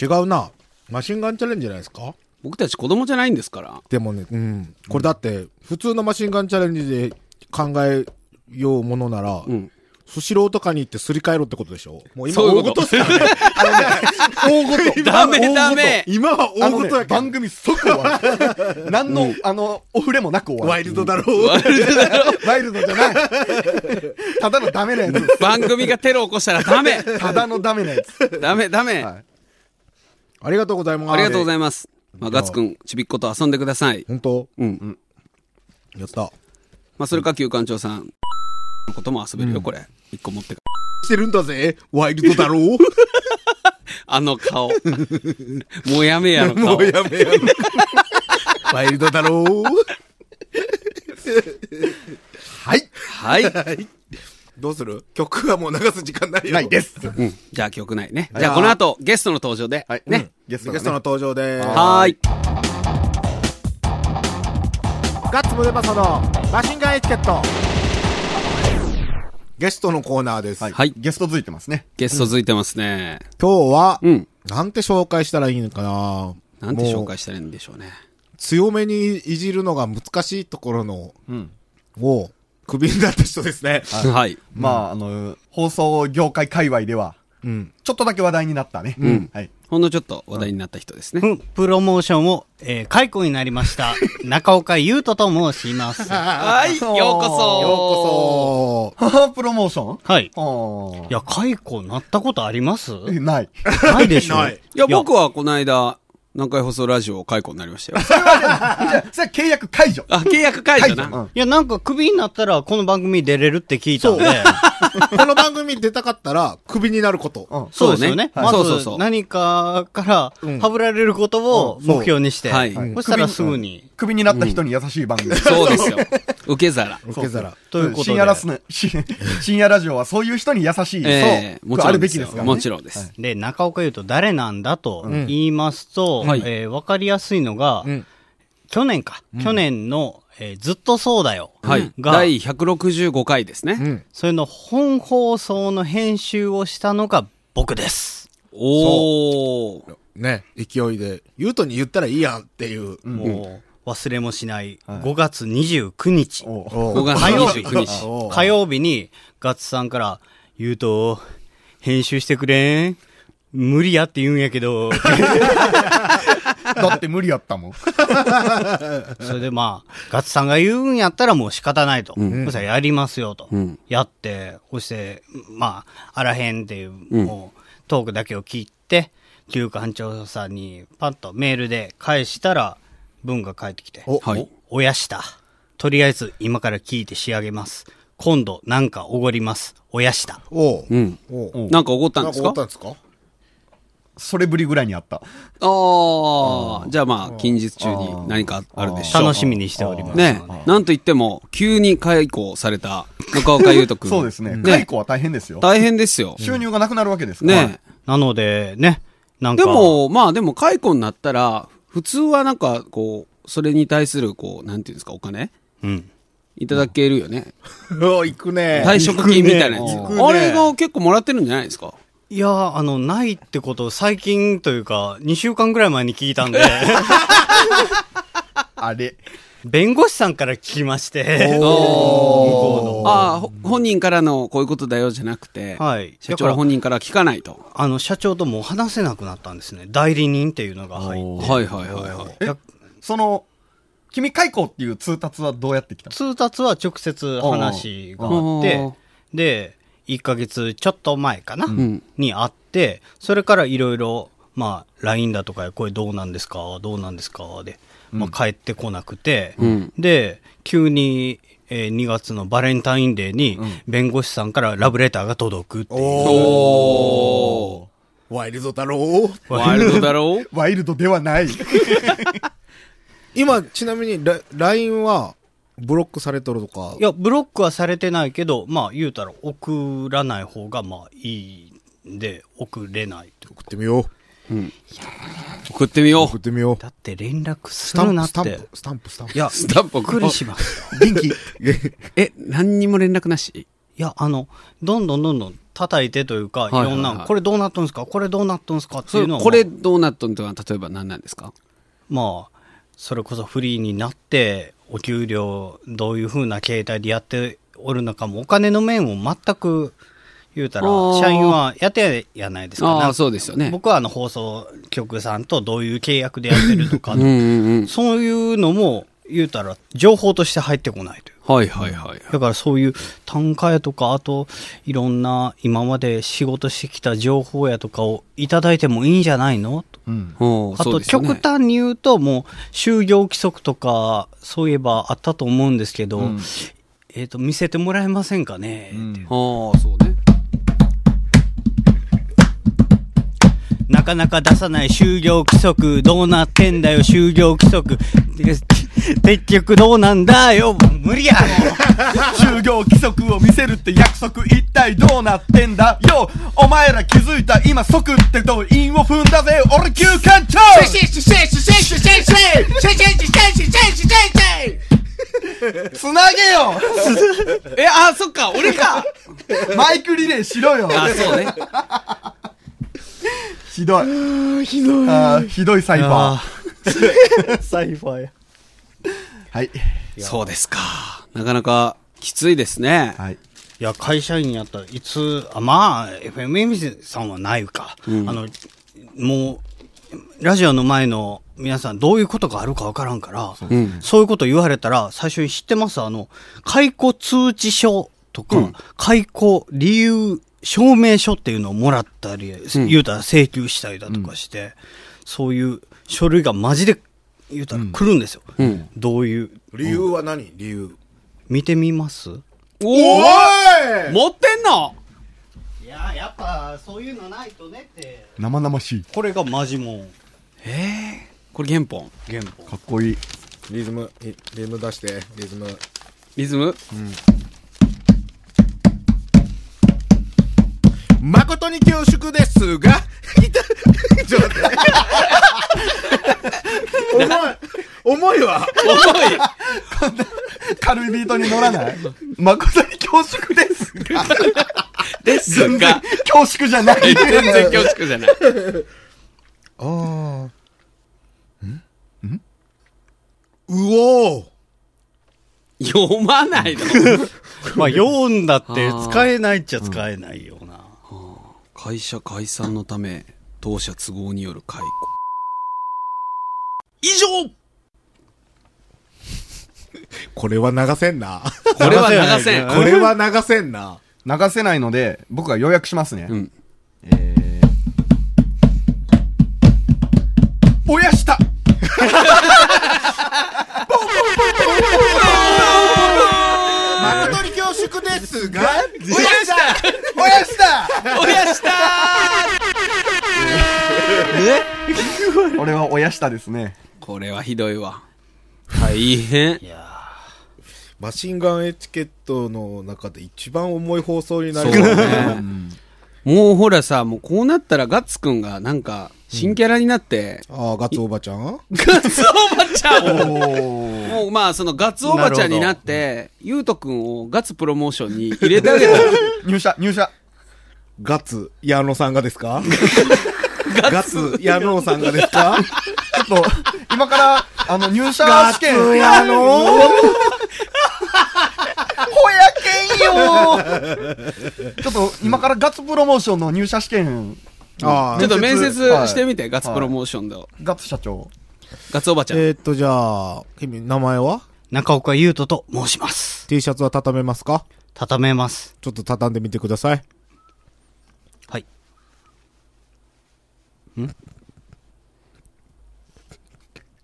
[SPEAKER 2] 違うな。マシンガンチャレンジじゃないですか
[SPEAKER 4] 僕たち子供じゃないんですから。
[SPEAKER 2] でもね、うん。これだって、普通のマシンガンチャレンジで考えようものなら、
[SPEAKER 4] うん。
[SPEAKER 2] スシローとかに行ってすり替えろってことでしょもう今
[SPEAKER 4] そうい
[SPEAKER 2] 大
[SPEAKER 4] う
[SPEAKER 2] 事
[SPEAKER 4] こと
[SPEAKER 2] っすからね。あのね大事。
[SPEAKER 4] ダメダメ
[SPEAKER 2] 今は
[SPEAKER 3] あ
[SPEAKER 2] 大
[SPEAKER 3] のね
[SPEAKER 2] 事やけど
[SPEAKER 3] 番。組即終わる。何の、あの、お触れもなく終わ
[SPEAKER 2] ワ
[SPEAKER 3] る
[SPEAKER 2] イ。ルドだろう。
[SPEAKER 3] ワイルドじゃない。ただのダメなやつ。
[SPEAKER 4] 番組がテロ起こしたらダメ
[SPEAKER 3] ただのダメなやつ。
[SPEAKER 4] ダメダメ、
[SPEAKER 3] はい
[SPEAKER 2] ありがとうございます。
[SPEAKER 4] ありがとうござ
[SPEAKER 2] い
[SPEAKER 4] います。まあ、ガツくん、ちびっこと遊んでください。
[SPEAKER 2] ます。本
[SPEAKER 4] うん。
[SPEAKER 2] 当やった。
[SPEAKER 4] まあ、それか旧館長さんのことも遊べるよ、これ。一個持ってか。
[SPEAKER 2] してるんだぜ。ワイルドだろう。
[SPEAKER 4] あの顔。 もうやめやの顔。
[SPEAKER 2] やめやめ。ワイルドだろう。はい。
[SPEAKER 4] はい。
[SPEAKER 2] どうする曲はもう流す時間ないよ。。
[SPEAKER 3] ないですす。
[SPEAKER 4] うん。じゃあ記憶ないね。
[SPEAKER 2] い
[SPEAKER 4] じゃあこの後、ゲストの登場で。
[SPEAKER 3] はい。
[SPEAKER 4] ね。
[SPEAKER 3] ゲスト
[SPEAKER 2] ゲ
[SPEAKER 3] が
[SPEAKER 2] ストの
[SPEAKER 3] ね。
[SPEAKER 2] 登場です。
[SPEAKER 4] はーい。
[SPEAKER 2] ガッツムデパソのマシンガンエチケット。ゲストのコーナーです。
[SPEAKER 4] はい
[SPEAKER 3] ゲストついてますね。
[SPEAKER 4] ゲスト続いてますね。
[SPEAKER 2] 今日は、
[SPEAKER 4] うん。
[SPEAKER 2] なんて紹介したらいいのかな
[SPEAKER 4] なんて紹介
[SPEAKER 2] も
[SPEAKER 4] したらいいんでしょうね。
[SPEAKER 2] う強めにいじるのが難しいところの、
[SPEAKER 3] うん。
[SPEAKER 2] を、クビになった人ですね。
[SPEAKER 4] はい。
[SPEAKER 3] まあ、あの、放送業界界隈では、
[SPEAKER 2] うん。
[SPEAKER 3] ちょっとだけ話題になったね。うん。はい。
[SPEAKER 4] ほんのちょっと話題になった人ですね。
[SPEAKER 5] うん、プロモーションを、えー、解雇になりま した。中岡優斗と申します。は
[SPEAKER 4] はい。ようこそ。よう
[SPEAKER 2] お
[SPEAKER 4] こ
[SPEAKER 2] ー
[SPEAKER 3] はは、プロモーション
[SPEAKER 5] い。い
[SPEAKER 3] あ
[SPEAKER 5] や、解雇なったことあります
[SPEAKER 3] あ。ない。
[SPEAKER 5] ないでしょ
[SPEAKER 2] ない
[SPEAKER 4] いや、僕はこの間、南海放送ラジオ解雇になりましたよ。
[SPEAKER 3] それは契約解除。
[SPEAKER 4] あ、契約解除
[SPEAKER 3] 解除う
[SPEAKER 4] な。
[SPEAKER 3] ん
[SPEAKER 5] いや、なんかクビになったらこの番組出れるって聞いたんで。
[SPEAKER 2] この番組に出たかったら、クビになること。
[SPEAKER 3] うん
[SPEAKER 5] そうですよね。
[SPEAKER 4] そうね
[SPEAKER 5] まず
[SPEAKER 4] そうそうそう
[SPEAKER 5] 何かから、はぶられることを
[SPEAKER 2] うんそう
[SPEAKER 5] 目標にして。
[SPEAKER 4] はい
[SPEAKER 5] そしたらすぐに。
[SPEAKER 3] クビになった人に優しい番組。
[SPEAKER 4] そうです よ。受け皿。
[SPEAKER 2] 受け皿。
[SPEAKER 5] ということで。
[SPEAKER 3] 深夜ラスね、し深夜ラジオはそういう人に優しい。
[SPEAKER 4] ええ
[SPEAKER 3] そう。
[SPEAKER 4] も
[SPEAKER 3] こ
[SPEAKER 4] ち
[SPEAKER 3] れあ
[SPEAKER 4] ろ
[SPEAKER 3] る
[SPEAKER 4] んで
[SPEAKER 3] べき
[SPEAKER 4] す
[SPEAKER 3] で
[SPEAKER 4] よ
[SPEAKER 3] すから。ね。
[SPEAKER 4] もちろんで
[SPEAKER 3] は
[SPEAKER 4] す。
[SPEAKER 5] で、中岡優斗誰なんだと言いますと、
[SPEAKER 4] はい
[SPEAKER 5] えーわかりやすいのが、
[SPEAKER 2] ん
[SPEAKER 5] 去年か、去年の、えーずっとそうだよ、
[SPEAKER 4] はい。
[SPEAKER 5] が、
[SPEAKER 4] 第165回です
[SPEAKER 2] う
[SPEAKER 4] ね。
[SPEAKER 2] ん。
[SPEAKER 5] それの本放送の編集をしたのが僕です。
[SPEAKER 4] おお。
[SPEAKER 2] ね、勢いで、ゆうとに言ったらいいやんっていう。
[SPEAKER 5] もう、忘れもしない5月29日、
[SPEAKER 3] おう
[SPEAKER 2] お
[SPEAKER 4] 5月29日。
[SPEAKER 2] おう
[SPEAKER 5] 火曜日にガッツさんから、言うと、編集してくれん無理やって言うんやけど、
[SPEAKER 3] だって無理やったもん。
[SPEAKER 5] それでまあ、ガッツさんが言うんやったらもう仕方ないと。そしたらやりますよと。
[SPEAKER 4] ん
[SPEAKER 5] やって、そして、まあ、あらへんっていう、もう、トークだけを聞いて、旧館長さんにパッとメールで返したら、文が返ってきて、
[SPEAKER 2] お
[SPEAKER 4] はい。
[SPEAKER 5] おやした。とりあえず今から聞いて仕上げます。今度なんかおごります。おやした。
[SPEAKER 2] おう
[SPEAKER 4] うん。
[SPEAKER 2] おう
[SPEAKER 4] なんか怒ったん
[SPEAKER 2] なん
[SPEAKER 4] です
[SPEAKER 2] かお
[SPEAKER 4] か
[SPEAKER 2] ったんですか
[SPEAKER 3] それぶりぐらいにあった。
[SPEAKER 4] ああ。じゃあまあ、近日中に何かあるでしょう。
[SPEAKER 5] 楽しみにしております。
[SPEAKER 4] ねなんと言っても、急に解雇された中岡優斗く ん。
[SPEAKER 3] そうですね。解雇は大変ですよ。
[SPEAKER 4] 大変ですよ。
[SPEAKER 3] 収入がなくなるわけですから。
[SPEAKER 4] ね
[SPEAKER 5] なので、ね。なんか。
[SPEAKER 4] で、も、まあでも解雇になったら、普通はなんか、こう、それに対する、こう、なんていうんですか、お金
[SPEAKER 5] うん。
[SPEAKER 4] いただけるよね。
[SPEAKER 2] おう行くね。
[SPEAKER 4] 退職金みたいなやつ。
[SPEAKER 2] 行くね
[SPEAKER 4] あれが結構もらってるんじゃないですか。
[SPEAKER 5] いやー、あの、ないってことを最近というか、2週間ぐらい前に聞いたんで、
[SPEAKER 3] あれ。
[SPEAKER 5] 弁護士さんから聞きまして、
[SPEAKER 4] おああ、ほ本人からのこういうことだよじゃなくて、
[SPEAKER 5] はい
[SPEAKER 4] 社
[SPEAKER 5] だか
[SPEAKER 4] 長
[SPEAKER 5] ら
[SPEAKER 4] 本人から聞かないと。
[SPEAKER 5] あの、社長ともう話せなくなったんですね。代理人っていうのが入って。
[SPEAKER 4] はいはいはいはい。
[SPEAKER 3] えその、君解雇っていう通達はどうやってきたの
[SPEAKER 5] 通達は直接話があっ
[SPEAKER 4] お
[SPEAKER 5] て
[SPEAKER 4] ー、
[SPEAKER 5] で、1ヶ月ちょっと前かな、
[SPEAKER 4] ん
[SPEAKER 5] に会って、それからいろいろ、まあ、LINE だとか、これどうなんですかどうなんですかで、まあ、帰ってこなくて、
[SPEAKER 4] ん
[SPEAKER 5] で、急に、えー2月のバレンタインデーに、弁護士さんからラブレターが届くっていう。
[SPEAKER 4] おー。
[SPEAKER 2] ワイルド太郎
[SPEAKER 4] ワイルドだろう
[SPEAKER 3] ワイルドではない。
[SPEAKER 2] 今、ちなみに、ラ LINE は、ブロックされとるとか
[SPEAKER 5] い、や、ブロックはされてないけど、まあ、言うたら送らない方が、まあ、いいんで、送れないって
[SPEAKER 2] 送ってみよう。
[SPEAKER 4] 送ってみよ
[SPEAKER 2] 送っ
[SPEAKER 4] う。
[SPEAKER 2] てみよう。
[SPEAKER 5] だって連絡す
[SPEAKER 2] スタ
[SPEAKER 5] る
[SPEAKER 2] ンプ、
[SPEAKER 5] なっ
[SPEAKER 2] スタン
[SPEAKER 5] て。
[SPEAKER 2] プ、スタンプ、スタンプ。
[SPEAKER 5] いや、
[SPEAKER 4] スタンプ
[SPEAKER 5] びっ
[SPEAKER 4] 送
[SPEAKER 5] く
[SPEAKER 4] る
[SPEAKER 5] り。します。
[SPEAKER 3] 元気。
[SPEAKER 4] え、何にも連絡なし
[SPEAKER 5] いや、あの、どんどんどんどん叩いてというか、
[SPEAKER 4] い
[SPEAKER 5] い
[SPEAKER 4] はいはい
[SPEAKER 5] ろんな、これどうなっとんすかこれどうなっとんすかって
[SPEAKER 4] そ
[SPEAKER 5] い
[SPEAKER 4] れ
[SPEAKER 5] うのを、
[SPEAKER 4] これどうなっとんとは、例えば何なんですか
[SPEAKER 5] まあ、それこそフリーになって、お給料、どういうふうな形態でやっておるのかも、お金の面を全く、言うたら
[SPEAKER 4] あー、
[SPEAKER 5] 社員はやってやないですか。
[SPEAKER 4] あー
[SPEAKER 5] なんか
[SPEAKER 4] そうですよね
[SPEAKER 5] 僕はあの放送局さんとどういう契約でやってるとか
[SPEAKER 4] う、んうんうん。
[SPEAKER 5] そういうのも、言うたら、情報として入ってこないという。
[SPEAKER 4] はいはいはい。
[SPEAKER 5] だからそういう単価やとか、あと、いろんな今まで仕事してきた情報やとかをいただいてもいいんじゃないのと
[SPEAKER 3] うん。
[SPEAKER 4] おー
[SPEAKER 5] あ
[SPEAKER 4] そう
[SPEAKER 5] と、
[SPEAKER 4] ですよね
[SPEAKER 5] 極端に言うと、もう、就業規則とか、そういえばあったと思うんですけど、えっ、と、見せてもらえませんかね、って
[SPEAKER 4] ああ、そうね。
[SPEAKER 5] なかなか出さない就業規則、どうなってんだよ、就業規則。 結局どうなんだよ、無 理や
[SPEAKER 3] 就業規則を見せるって約束一体どうなってんだよお前ら気づいた今即って動員を踏んだぜ俺急館長つなげよ
[SPEAKER 4] え、あー、そっか、俺か
[SPEAKER 3] マイクリレーしろよ
[SPEAKER 4] あーそうね。
[SPEAKER 3] ひどいひどいあーひどいサイファー
[SPEAKER 5] サイファーや。
[SPEAKER 3] はい
[SPEAKER 4] そうですか。なかなかきついですね。
[SPEAKER 3] はい
[SPEAKER 5] いや、会社員やったらいつ、あまあ、FMM さんはないか。あの、もう、ラジオの前の皆さん、どういうことがあるかわからんから、そう,、いうこと言われたら、最初に知ってますあの、解雇通知書とか、解雇理由証明書っていうのをもらったり、言うたら請求したりだとかして、そういう書類がマジで、言うたら来るんですよ。どういう、
[SPEAKER 2] 理由は何理由。
[SPEAKER 5] 見てみます
[SPEAKER 4] お
[SPEAKER 2] おい
[SPEAKER 4] 持ってんの
[SPEAKER 5] いや、やっぱ、そういうのないとねって。
[SPEAKER 3] 生々しい
[SPEAKER 5] これがマジモン
[SPEAKER 4] これ原本。
[SPEAKER 5] 原 本
[SPEAKER 3] かっこいい
[SPEAKER 2] リズム、リリズム出して、リズム。
[SPEAKER 4] リズム
[SPEAKER 2] 誠に恐縮ですが、いた、ちょっと待って。重い、重いわ。
[SPEAKER 3] 軽いビートに乗らない誠に恐縮ですが
[SPEAKER 4] ですが、
[SPEAKER 3] 恐縮じゃない
[SPEAKER 4] 全然恐縮じゃない。
[SPEAKER 2] ああ。んんうおー
[SPEAKER 4] 読まないの。
[SPEAKER 5] まあ読んだって使えないっちゃ使えないような、
[SPEAKER 4] 会社解散のため、当社都合による解雇。以上
[SPEAKER 2] これは流せんな。
[SPEAKER 4] これは流せん。
[SPEAKER 2] これは流せんな。
[SPEAKER 3] 流せないので僕が予約しますね、
[SPEAKER 4] うん。
[SPEAKER 3] えーぼやした
[SPEAKER 2] 誠に恐縮ですが、
[SPEAKER 4] おやした
[SPEAKER 3] ぼやした
[SPEAKER 4] おやした
[SPEAKER 3] 俺は親下ですね。
[SPEAKER 4] これはひどいわ。大変。
[SPEAKER 2] マシンガンエチケットの中で一番重い放送にな
[SPEAKER 4] そ
[SPEAKER 2] る
[SPEAKER 4] うだね。もうほらさ、もうこうなったらガッツくんがなんか、新キャラになって、
[SPEAKER 2] ああ、ガッツおばちゃん
[SPEAKER 4] ガッツおばちゃんを
[SPEAKER 3] お
[SPEAKER 4] もうまあそのガッツおばちゃんになって、ゆうとくんをガッツプロモーションに入れてあげたら、
[SPEAKER 3] 入社、入社。
[SPEAKER 2] ガッツ、矢野さんがですかガツ野郎さんがですか
[SPEAKER 3] ちょっと、 今から、あの、入社
[SPEAKER 2] ガ
[SPEAKER 3] 試
[SPEAKER 2] ツ
[SPEAKER 3] 験。
[SPEAKER 2] 野
[SPEAKER 3] ほや
[SPEAKER 2] 郎
[SPEAKER 3] けんよちょっと、今からガッツプロモーションの入社試験、
[SPEAKER 2] あ
[SPEAKER 4] ちょっと面接
[SPEAKER 3] はい
[SPEAKER 4] してみて、ガッツプロモーションの、
[SPEAKER 3] ガッツ社長。
[SPEAKER 4] ガッツおばちゃん。
[SPEAKER 2] えーっと、じゃあ、君、名前は
[SPEAKER 5] 中岡優斗と申します。
[SPEAKER 2] ?T シャツは畳めますか
[SPEAKER 5] 畳めます。
[SPEAKER 2] ちょっと畳んでみてください。
[SPEAKER 5] はい。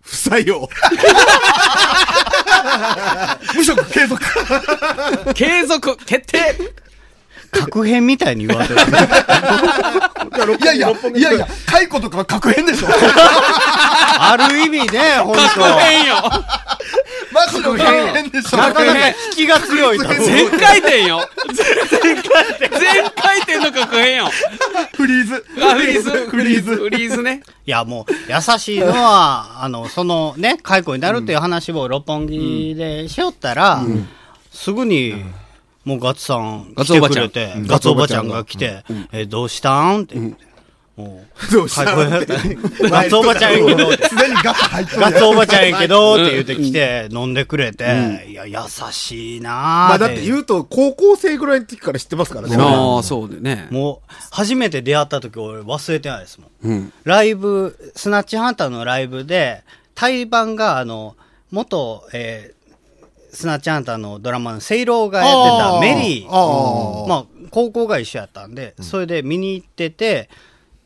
[SPEAKER 2] 不採用。
[SPEAKER 3] 無職継続。
[SPEAKER 4] 継続決定
[SPEAKER 5] 格変みたいに言われて る。
[SPEAKER 3] いやいや、いやいや、解雇とかは確変でしょ。
[SPEAKER 5] ある意味 ね、本
[SPEAKER 4] 確変よ
[SPEAKER 3] マジの確変でし
[SPEAKER 5] 当
[SPEAKER 3] ょ。
[SPEAKER 5] なかなか引きが強いと思う。
[SPEAKER 4] 全回転よ全回転の確変よ
[SPEAKER 3] フリーズ。
[SPEAKER 4] あフリーズ
[SPEAKER 3] フリーズ。
[SPEAKER 4] フリーズね。
[SPEAKER 5] いや、もう、優しいのは、 あの、そのね、解雇になるっていう話を六本木でしよったら、すぐに、もうガッツさん
[SPEAKER 4] ガ
[SPEAKER 5] 来
[SPEAKER 4] ツお
[SPEAKER 5] て
[SPEAKER 4] ば
[SPEAKER 5] く
[SPEAKER 4] ちゃん
[SPEAKER 5] れて、ガツおばちゃんが来て、えー、どうしたんって言って、もう、どうしたんガッツおばちゃんやけ ど、
[SPEAKER 3] すでにガッツ入ってる
[SPEAKER 5] ガッツおばちゃんやけど、って言って来て、飲んでくれて、いや、優しいな
[SPEAKER 2] ま
[SPEAKER 5] ー
[SPEAKER 2] あ
[SPEAKER 5] って。
[SPEAKER 2] だって言うと、高校生ぐらいの時から知ってますからね。
[SPEAKER 4] ああ、そうでね。
[SPEAKER 5] もう、初めて出会った時俺忘れてないですもん。
[SPEAKER 4] うん。
[SPEAKER 5] ライブ、スナッチハンターのライブで、対バンが、あの、元、えースナッチハンターのドラマのセイローがやって
[SPEAKER 2] あー
[SPEAKER 5] たメリー、
[SPEAKER 2] あー
[SPEAKER 5] まあ、高校が一緒やったんで、それで見に行ってて、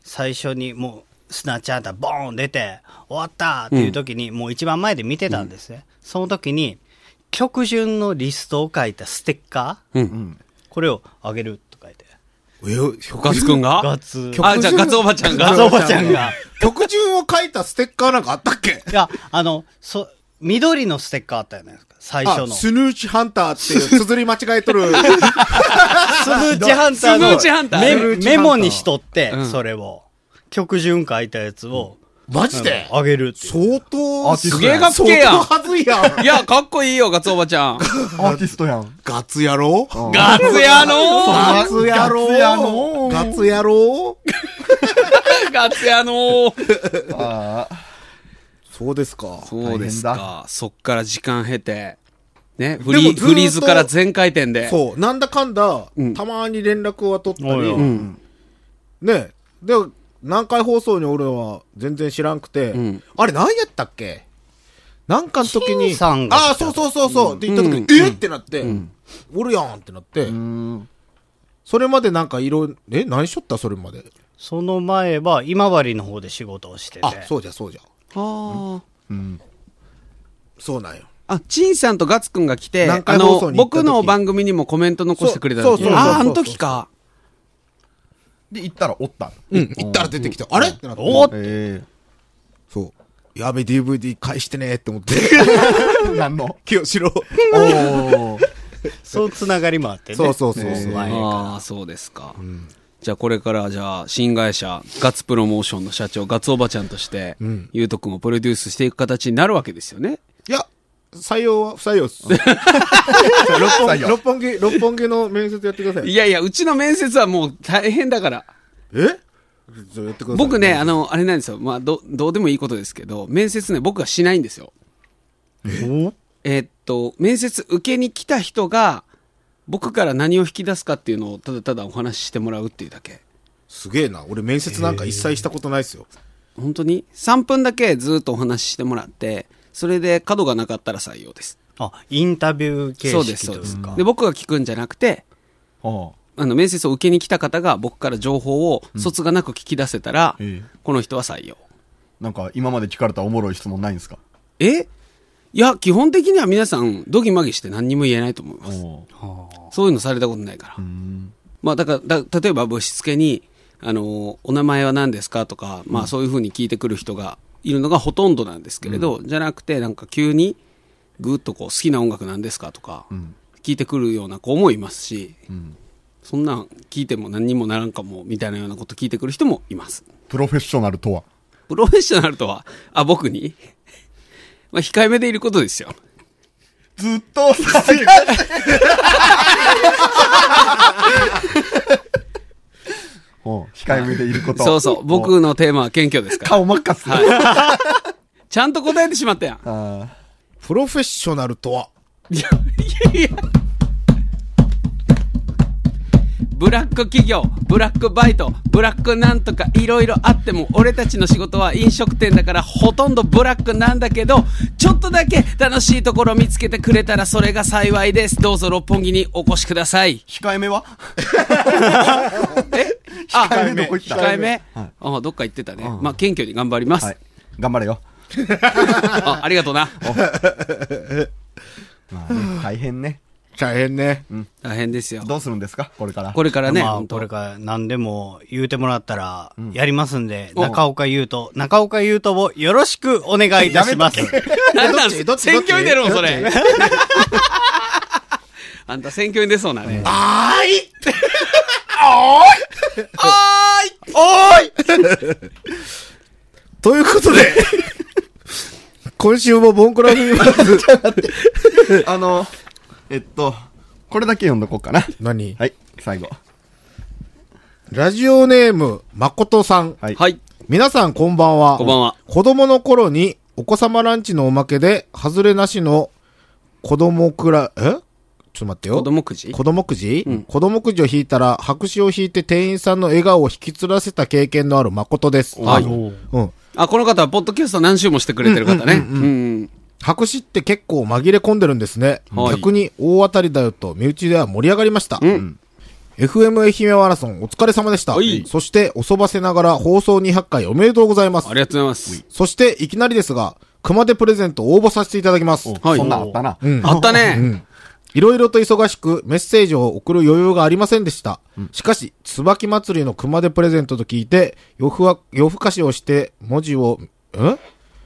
[SPEAKER 5] 最初にもう、スナッチハンターボーン出て、終わったっていう時に、もう一番前で見てたんですね。その時に、曲順のリストを書いたステッカー、
[SPEAKER 4] うん。
[SPEAKER 5] これをあげると書いて。
[SPEAKER 2] え、
[SPEAKER 4] ガツくんが
[SPEAKER 5] ガツ
[SPEAKER 4] あ、じゃあガツおばちゃんが。
[SPEAKER 5] ガツおばちゃんが。
[SPEAKER 2] 曲順を書いたステッカーなんかあったっけ
[SPEAKER 5] いや、あの、そ、緑のステッカーあったじゃないですか、最初
[SPEAKER 2] あ、
[SPEAKER 5] の。ス
[SPEAKER 2] スヌーチハンターっていう、綴り間違えとる。
[SPEAKER 5] ヌーチハンター
[SPEAKER 4] スヌーチハンタ
[SPEAKER 5] の
[SPEAKER 4] ース
[SPEAKER 5] メ
[SPEAKER 4] ヌ
[SPEAKER 5] メ
[SPEAKER 2] ーチハンター
[SPEAKER 5] モにしとって、
[SPEAKER 4] ん
[SPEAKER 5] それを。曲順書いたやつを、
[SPEAKER 2] マジで
[SPEAKER 5] あげるってい
[SPEAKER 2] 相
[SPEAKER 5] う。
[SPEAKER 2] 当、
[SPEAKER 3] あす
[SPEAKER 4] げえがっけやん
[SPEAKER 2] 相当はずいやん。
[SPEAKER 4] いや、かっこいいよ、ガツおばちゃん。
[SPEAKER 3] アーティストやん。
[SPEAKER 2] ガツ野郎
[SPEAKER 4] ガツやのー
[SPEAKER 2] ガツ野郎
[SPEAKER 3] ガツ野郎
[SPEAKER 2] ガツ野郎
[SPEAKER 4] ガツやのー
[SPEAKER 3] ああ。
[SPEAKER 2] そうですか。
[SPEAKER 4] そうです
[SPEAKER 3] 大変
[SPEAKER 4] か。そっから時間経て。ね、フ
[SPEAKER 2] で
[SPEAKER 4] リ
[SPEAKER 2] もずー
[SPEAKER 4] ー、
[SPEAKER 2] っと
[SPEAKER 4] フリーズから全回転で。
[SPEAKER 2] そう、なんだかんだ
[SPEAKER 4] ん、
[SPEAKER 2] たまに連絡は取った
[SPEAKER 5] おい
[SPEAKER 2] り
[SPEAKER 5] おい、
[SPEAKER 4] うん。
[SPEAKER 2] ね、で、何回放送におるのは全然知らんくて
[SPEAKER 4] ん、
[SPEAKER 2] あれ何やったっけなんかの時に
[SPEAKER 5] 金さん、が
[SPEAKER 2] ああ、そうそうそうそうって言った時に、えってなって、おるやんってなって、それまでなんかいろ、え、何しとったそれまで。
[SPEAKER 5] その前は、今治の方で仕事をしてて。
[SPEAKER 2] あ、そうじゃそうじゃ。
[SPEAKER 4] あ
[SPEAKER 2] そうなんよ。
[SPEAKER 4] あ。あ、陳さんとガツくんが来て、
[SPEAKER 2] 南
[SPEAKER 4] あ
[SPEAKER 2] 海放送
[SPEAKER 4] の、
[SPEAKER 2] に行った時
[SPEAKER 4] 僕の番組にもコメント残してくれた時
[SPEAKER 2] そうそうそうそう
[SPEAKER 4] ああ、あの時か。
[SPEAKER 3] で、行ったらおった。
[SPEAKER 2] うん、行ったら出てきた。あれってなって。
[SPEAKER 5] おっ
[SPEAKER 3] え
[SPEAKER 2] そう。やべ、DVD 返してねって思って。
[SPEAKER 3] えなんの
[SPEAKER 2] 清志 郎。
[SPEAKER 3] おー
[SPEAKER 5] そうつながりもあってね。
[SPEAKER 2] そうそうそうそう
[SPEAKER 5] ね
[SPEAKER 2] そう
[SPEAKER 5] 前
[SPEAKER 4] ああ、そうですか。じゃあこれから、じゃあ、新会社、ガッツプロモーションの社長、ガッツおばちゃんとして、ゆうとくんをプロデュースしていく形になるわけですよね。
[SPEAKER 2] いや、採用は不採用っす。
[SPEAKER 3] 六本木
[SPEAKER 2] 六本 木、六本木の面接やってくださ
[SPEAKER 4] い
[SPEAKER 2] い。
[SPEAKER 4] やいや、うちの面接はもう大変だから。
[SPEAKER 2] えそうやってください。
[SPEAKER 4] 僕ね、あの、あれなんですよ。まあ、ど、どうでもいいことですけど、面接ね、僕がしないんですよ。えーっと、面接受けに来た人が、僕から何を引き出すかっていうのをただただお話ししてもらうっていうだけ。
[SPEAKER 2] すげえな。俺面接なんか一切したことないっすよ。
[SPEAKER 4] 本当に ?3 分だけずっとお話ししてもらって、それで角がなかったら採用です。
[SPEAKER 5] あ、インタビュー形
[SPEAKER 4] そうです、
[SPEAKER 5] 式
[SPEAKER 4] そ
[SPEAKER 5] と
[SPEAKER 4] う
[SPEAKER 5] い
[SPEAKER 4] です
[SPEAKER 5] うか。。
[SPEAKER 4] で、僕が聞くんじゃなくて、
[SPEAKER 3] お
[SPEAKER 4] あの、面接を受けに来た方が僕から情報を卒がなく聞き出せたら、
[SPEAKER 3] ええ
[SPEAKER 4] この人は採用。
[SPEAKER 3] なんか、今まで聞かれたおもろい質問ないんですか
[SPEAKER 4] えいや、基本的には皆さん、ドギマギして何にも言えないと思います。そういうのされたことないから。まあ、だから、だ例えば、ぶしつけに、あの、お名前は何ですかとか、まあ、そういうふうに聞いてくる人がいるのがほとんどなんですけれど、じゃなくて、なんか急に、ぐっとこう、好きな音楽なんですかとか、聞いてくるような子もいますし、そんなん聞いても何にもならんかも、みたいなようなこと聞いてくる人もいます。
[SPEAKER 3] プロフェッショナルとは
[SPEAKER 4] プロフェッショナルとは、あ、僕に まあ、控えめでいることですよ。
[SPEAKER 3] ずっと探して、
[SPEAKER 2] うん
[SPEAKER 3] 控えめでいること。
[SPEAKER 4] そうそう。僕のテーマは謙虚ですから。
[SPEAKER 3] 顔真っ赤っすね。
[SPEAKER 4] ちゃんと答えてしまったやん。
[SPEAKER 3] あー
[SPEAKER 2] プロフェッショナルとはい
[SPEAKER 4] や、いや、ブラック企業、ブラックバイト、ブラックなんとかいろいろあっても、俺たちの仕事は飲食店だからほとんどブラックなんだけど、ちょっとだけ楽しいところ見つけてくれたらそれが幸いです。どうぞ六本木にお越しください。
[SPEAKER 3] 控えめは
[SPEAKER 4] えあ、
[SPEAKER 3] 控えめ
[SPEAKER 4] 控えめ
[SPEAKER 3] は
[SPEAKER 4] あ、どっか行ってたね。まあ、謙虚に頑張ります。
[SPEAKER 3] はい。頑張れよ。
[SPEAKER 4] あ、ありがとうな。
[SPEAKER 3] まあね、大変ね。
[SPEAKER 2] 大変ね。
[SPEAKER 4] 大変ですよ。
[SPEAKER 3] どうするんですかこれから。
[SPEAKER 4] これからね、
[SPEAKER 5] まあ
[SPEAKER 4] 本、当
[SPEAKER 5] これから何でも言うてもらったら、やりますんで、
[SPEAKER 4] お
[SPEAKER 5] 中岡優斗、中岡優斗をよろしくお願いいたします。
[SPEAKER 4] なんなん
[SPEAKER 2] どっち
[SPEAKER 4] 選挙に出るのそれ。 あんた選挙に出そうなね。あ
[SPEAKER 2] ということ で、今週もボンクラフィーバーズ。
[SPEAKER 3] あの、えっと、これだけ読んどこうかな。
[SPEAKER 2] 何
[SPEAKER 3] はい、最後。
[SPEAKER 2] ラジオネーム、まことさん。
[SPEAKER 3] はい。
[SPEAKER 4] はい。
[SPEAKER 2] 皆さんこんばんは。
[SPEAKER 4] こんばんは。
[SPEAKER 2] 子供の頃に、お子様ランチのおまけで、外れなしの、子供くら、えちょっと待ってよ。
[SPEAKER 4] 子供くじ
[SPEAKER 2] 子供くじ、子供くじを引いたら、白紙を引いて店員さんの笑顔を引きつらせた経験のある誠です。
[SPEAKER 4] はい
[SPEAKER 2] うん。
[SPEAKER 4] あ、この方は、ポッドキャスト何週もしてくれてる方ね。うんうん。
[SPEAKER 2] 白紙って結構紛れ込んでるんですね。
[SPEAKER 4] はい
[SPEAKER 2] 逆に大当たりだよと身内では盛り上がりました。うん、FM 愛媛マラソンお疲れ様でした。
[SPEAKER 4] はい
[SPEAKER 2] そしておそばせながら放送200回おめでとうございます
[SPEAKER 4] あ。りがとうございます。
[SPEAKER 2] そしていきなりですが、熊手プレゼント応募させていただきます。
[SPEAKER 4] はい
[SPEAKER 3] そんなんあったな。
[SPEAKER 4] あったね。
[SPEAKER 2] いろいろと忙しくメッセージを送る余裕がありませんでした。しかし、椿祭りの熊手プレゼントと聞いて、夜ふわ夜更かしをして文字を、ん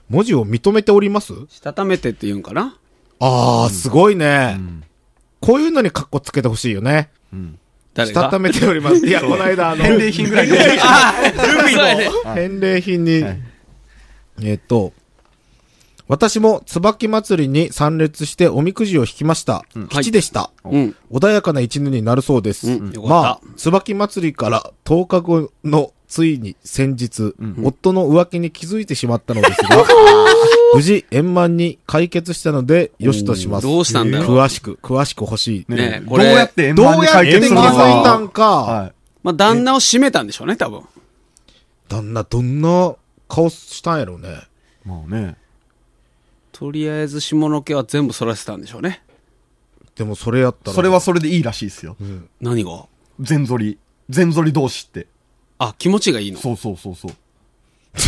[SPEAKER 2] 文字を認めております
[SPEAKER 4] したためてって言うんかな
[SPEAKER 2] ああ、すごいね。こういうのにカッコつけてほしいよね。
[SPEAKER 4] 誰
[SPEAKER 2] した
[SPEAKER 4] が
[SPEAKER 2] ためております。い や、この間、あの、
[SPEAKER 3] 返礼品ぐらいで。
[SPEAKER 4] そうやね
[SPEAKER 2] 返礼品に、えっと、私も椿祭りに参列しておみくじを引きました。吉でした。
[SPEAKER 4] うん。
[SPEAKER 2] 穏やかな一年になるそうです。
[SPEAKER 4] うんよかった
[SPEAKER 2] まあ、椿祭りから10日後のついに先日、夫の浮気に気づいてしまったの ですが、無事円満に解決したので、よしとします。
[SPEAKER 4] どうしたんだろう
[SPEAKER 2] 詳しく、詳しく欲しい。
[SPEAKER 4] ね
[SPEAKER 3] ど
[SPEAKER 4] こ
[SPEAKER 3] う
[SPEAKER 4] れ
[SPEAKER 3] やって円
[SPEAKER 2] ど
[SPEAKER 3] 満
[SPEAKER 2] う
[SPEAKER 3] に
[SPEAKER 2] やって
[SPEAKER 3] 解
[SPEAKER 2] 気
[SPEAKER 3] 決
[SPEAKER 2] づ
[SPEAKER 3] す
[SPEAKER 2] い
[SPEAKER 3] るのか
[SPEAKER 2] たんか、
[SPEAKER 3] は
[SPEAKER 4] まあ、旦那を締めたんでしょうね、多分。
[SPEAKER 2] 旦那どんな顔したんやろうね。
[SPEAKER 3] い。もうね。
[SPEAKER 4] とりあえず、下の毛は全部反らせたんでしょうね。
[SPEAKER 2] でもそれやったら。
[SPEAKER 3] それはそれでいいらしいですよ。
[SPEAKER 4] 何が
[SPEAKER 3] 全反り。全反り同士って。
[SPEAKER 4] あ、気持ちがいいの。
[SPEAKER 3] そうそうそうそう。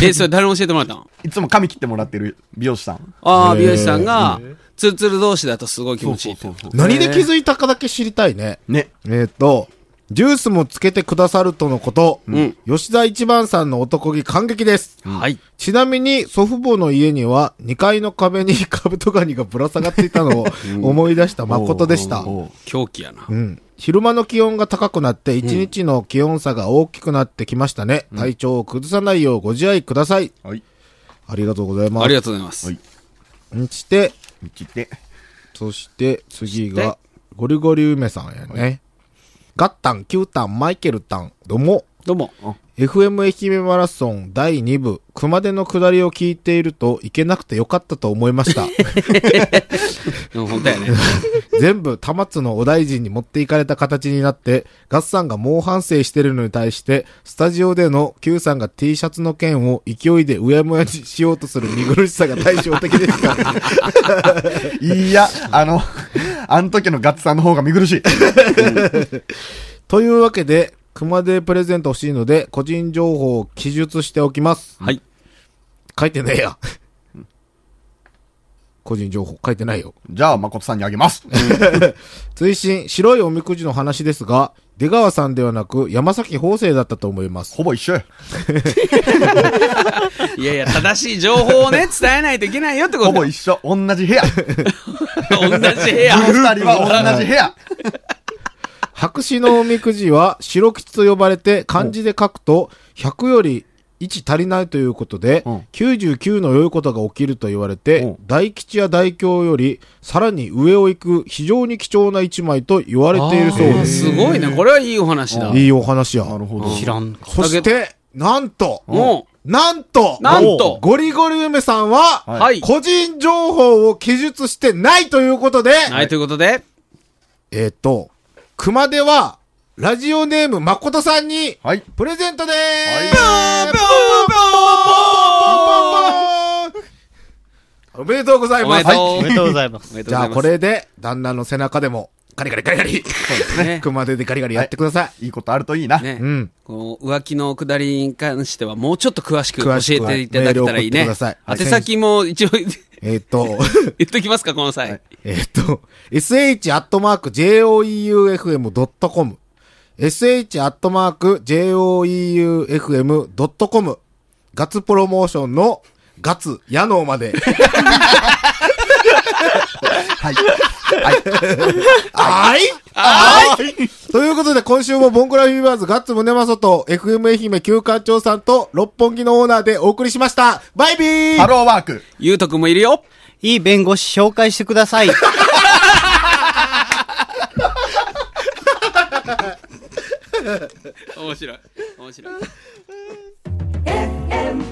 [SPEAKER 4] え、それ誰も教えてもらった ん
[SPEAKER 3] いつも髪切ってもらってる美容師さん。
[SPEAKER 4] ああ、美容師さんが、ツルツル同士だとすごい気持ちいいって。
[SPEAKER 3] そう
[SPEAKER 2] 何で気づいたかだけ知りたいね。
[SPEAKER 3] ね。
[SPEAKER 2] えっ、と、ジュースもつけてくださるとのこと、
[SPEAKER 4] ん
[SPEAKER 2] 吉田一番さんの男気感激です。
[SPEAKER 4] はい。
[SPEAKER 2] ちなみに、祖父母の家には、2階の壁に カブトガニがぶら下がっていたのを思い出した誠でした。
[SPEAKER 3] おうおうおう
[SPEAKER 4] 狂気やな
[SPEAKER 2] う。ん。昼間の気温が高くなって、1日の気温差が大きくなってきましたね。体調を崩さないようご自愛ください。
[SPEAKER 3] はい。
[SPEAKER 2] ありがとうございます。
[SPEAKER 4] ありがとうございます
[SPEAKER 3] はい。
[SPEAKER 2] うんして、
[SPEAKER 3] 切って。
[SPEAKER 2] そして次が、ゴリゴリ梅さんやね。ガッタン、キュータン、マイケルタン、どうも。
[SPEAKER 4] どうも。
[SPEAKER 2] FM 愛媛マラソン第2部、熊手の下りを聞いていると、行けなくてよかったと思いました。
[SPEAKER 4] うん、本当やね。
[SPEAKER 2] 全部、田松のお大臣に持っていかれた形になって、ガッサンが猛反省してるのに対して、スタジオでの Q さんが T シャツの件を勢いでうやむやにしようとする見苦しさが対照的でした。
[SPEAKER 3] いや、あの、あの時のガッツさんの方が見苦しい。
[SPEAKER 2] というわけで、熊手プレゼント欲しいので、個人情報を記述しておきます。
[SPEAKER 4] はい。
[SPEAKER 2] 書いてねえや。個人情報書いてないよ。
[SPEAKER 3] じゃあ、誠さんにあげます。
[SPEAKER 2] 追伸、白いおみくじの話ですが、出川さんではなく山崎法生だったと思います。
[SPEAKER 3] ほぼ一緒や。
[SPEAKER 4] いやいや、正しい情報 をね、伝えないといけないよってこ
[SPEAKER 3] ほ
[SPEAKER 4] と。
[SPEAKER 3] ぼ一緒。同じ部屋。
[SPEAKER 4] 同じ部屋。
[SPEAKER 3] 二人は同じ部屋。
[SPEAKER 2] 白紙のおみくじは白吉と呼ばれて漢字で書くと、100より1足りないということで、
[SPEAKER 4] うん
[SPEAKER 2] 99の良いことが起きると言われ
[SPEAKER 4] う
[SPEAKER 2] て
[SPEAKER 4] ん、
[SPEAKER 2] 大吉や大凶よりさらに上を行く非常に貴重な一枚と言われているそう
[SPEAKER 4] あー
[SPEAKER 2] です。
[SPEAKER 4] すごいね。これはいいお話だ。
[SPEAKER 2] いいお話や。
[SPEAKER 5] ほど。知らんか。
[SPEAKER 2] そして、なんと、
[SPEAKER 4] うん
[SPEAKER 2] なんと、
[SPEAKER 4] なんと
[SPEAKER 2] ゴリゴリ梅さんは、
[SPEAKER 4] はい
[SPEAKER 2] 個人情報を記述してないということで、
[SPEAKER 4] はい、ということで、
[SPEAKER 2] えっ、と、熊手は、ラジオネーム誠さんに、
[SPEAKER 3] はい
[SPEAKER 2] プレゼントでーす、おめでとうござい
[SPEAKER 4] おめ
[SPEAKER 2] ま。
[SPEAKER 4] ですとう。
[SPEAKER 2] はい
[SPEAKER 5] おめでとうございます。
[SPEAKER 4] おめでとう
[SPEAKER 2] じゃあ
[SPEAKER 4] ございます
[SPEAKER 2] これで、旦那の背中でも、ガリガリガリガリ、
[SPEAKER 4] ね
[SPEAKER 2] 熊手でガリガリやってください。
[SPEAKER 3] いいことあるといいな。
[SPEAKER 4] ね、
[SPEAKER 2] うん
[SPEAKER 4] こう浮気のくだりに関してはもうちょっと詳しく教
[SPEAKER 2] 詳しく
[SPEAKER 4] えていただけたらいい
[SPEAKER 2] メール
[SPEAKER 4] ね。
[SPEAKER 2] を送ってください
[SPEAKER 4] 宛先も一応言
[SPEAKER 2] えっ、と、
[SPEAKER 4] っときますか、この際。
[SPEAKER 2] えっと、sh.joeufm.com。sh.joeufm.com。ガツプロモーションのガツ、ヤノーまで。
[SPEAKER 3] はい。はい。
[SPEAKER 2] あいあいということで、今週もボンクラフィーバーズガッツムネマソと FM 愛媛旧館長さんと六本木のオーナーでお送りしました。バイビー
[SPEAKER 3] ハローワーク。
[SPEAKER 4] ゆうとくんもいるよ。
[SPEAKER 5] いい弁護士紹介してください。
[SPEAKER 4] 面白い。面白い。
[SPEAKER 1] FM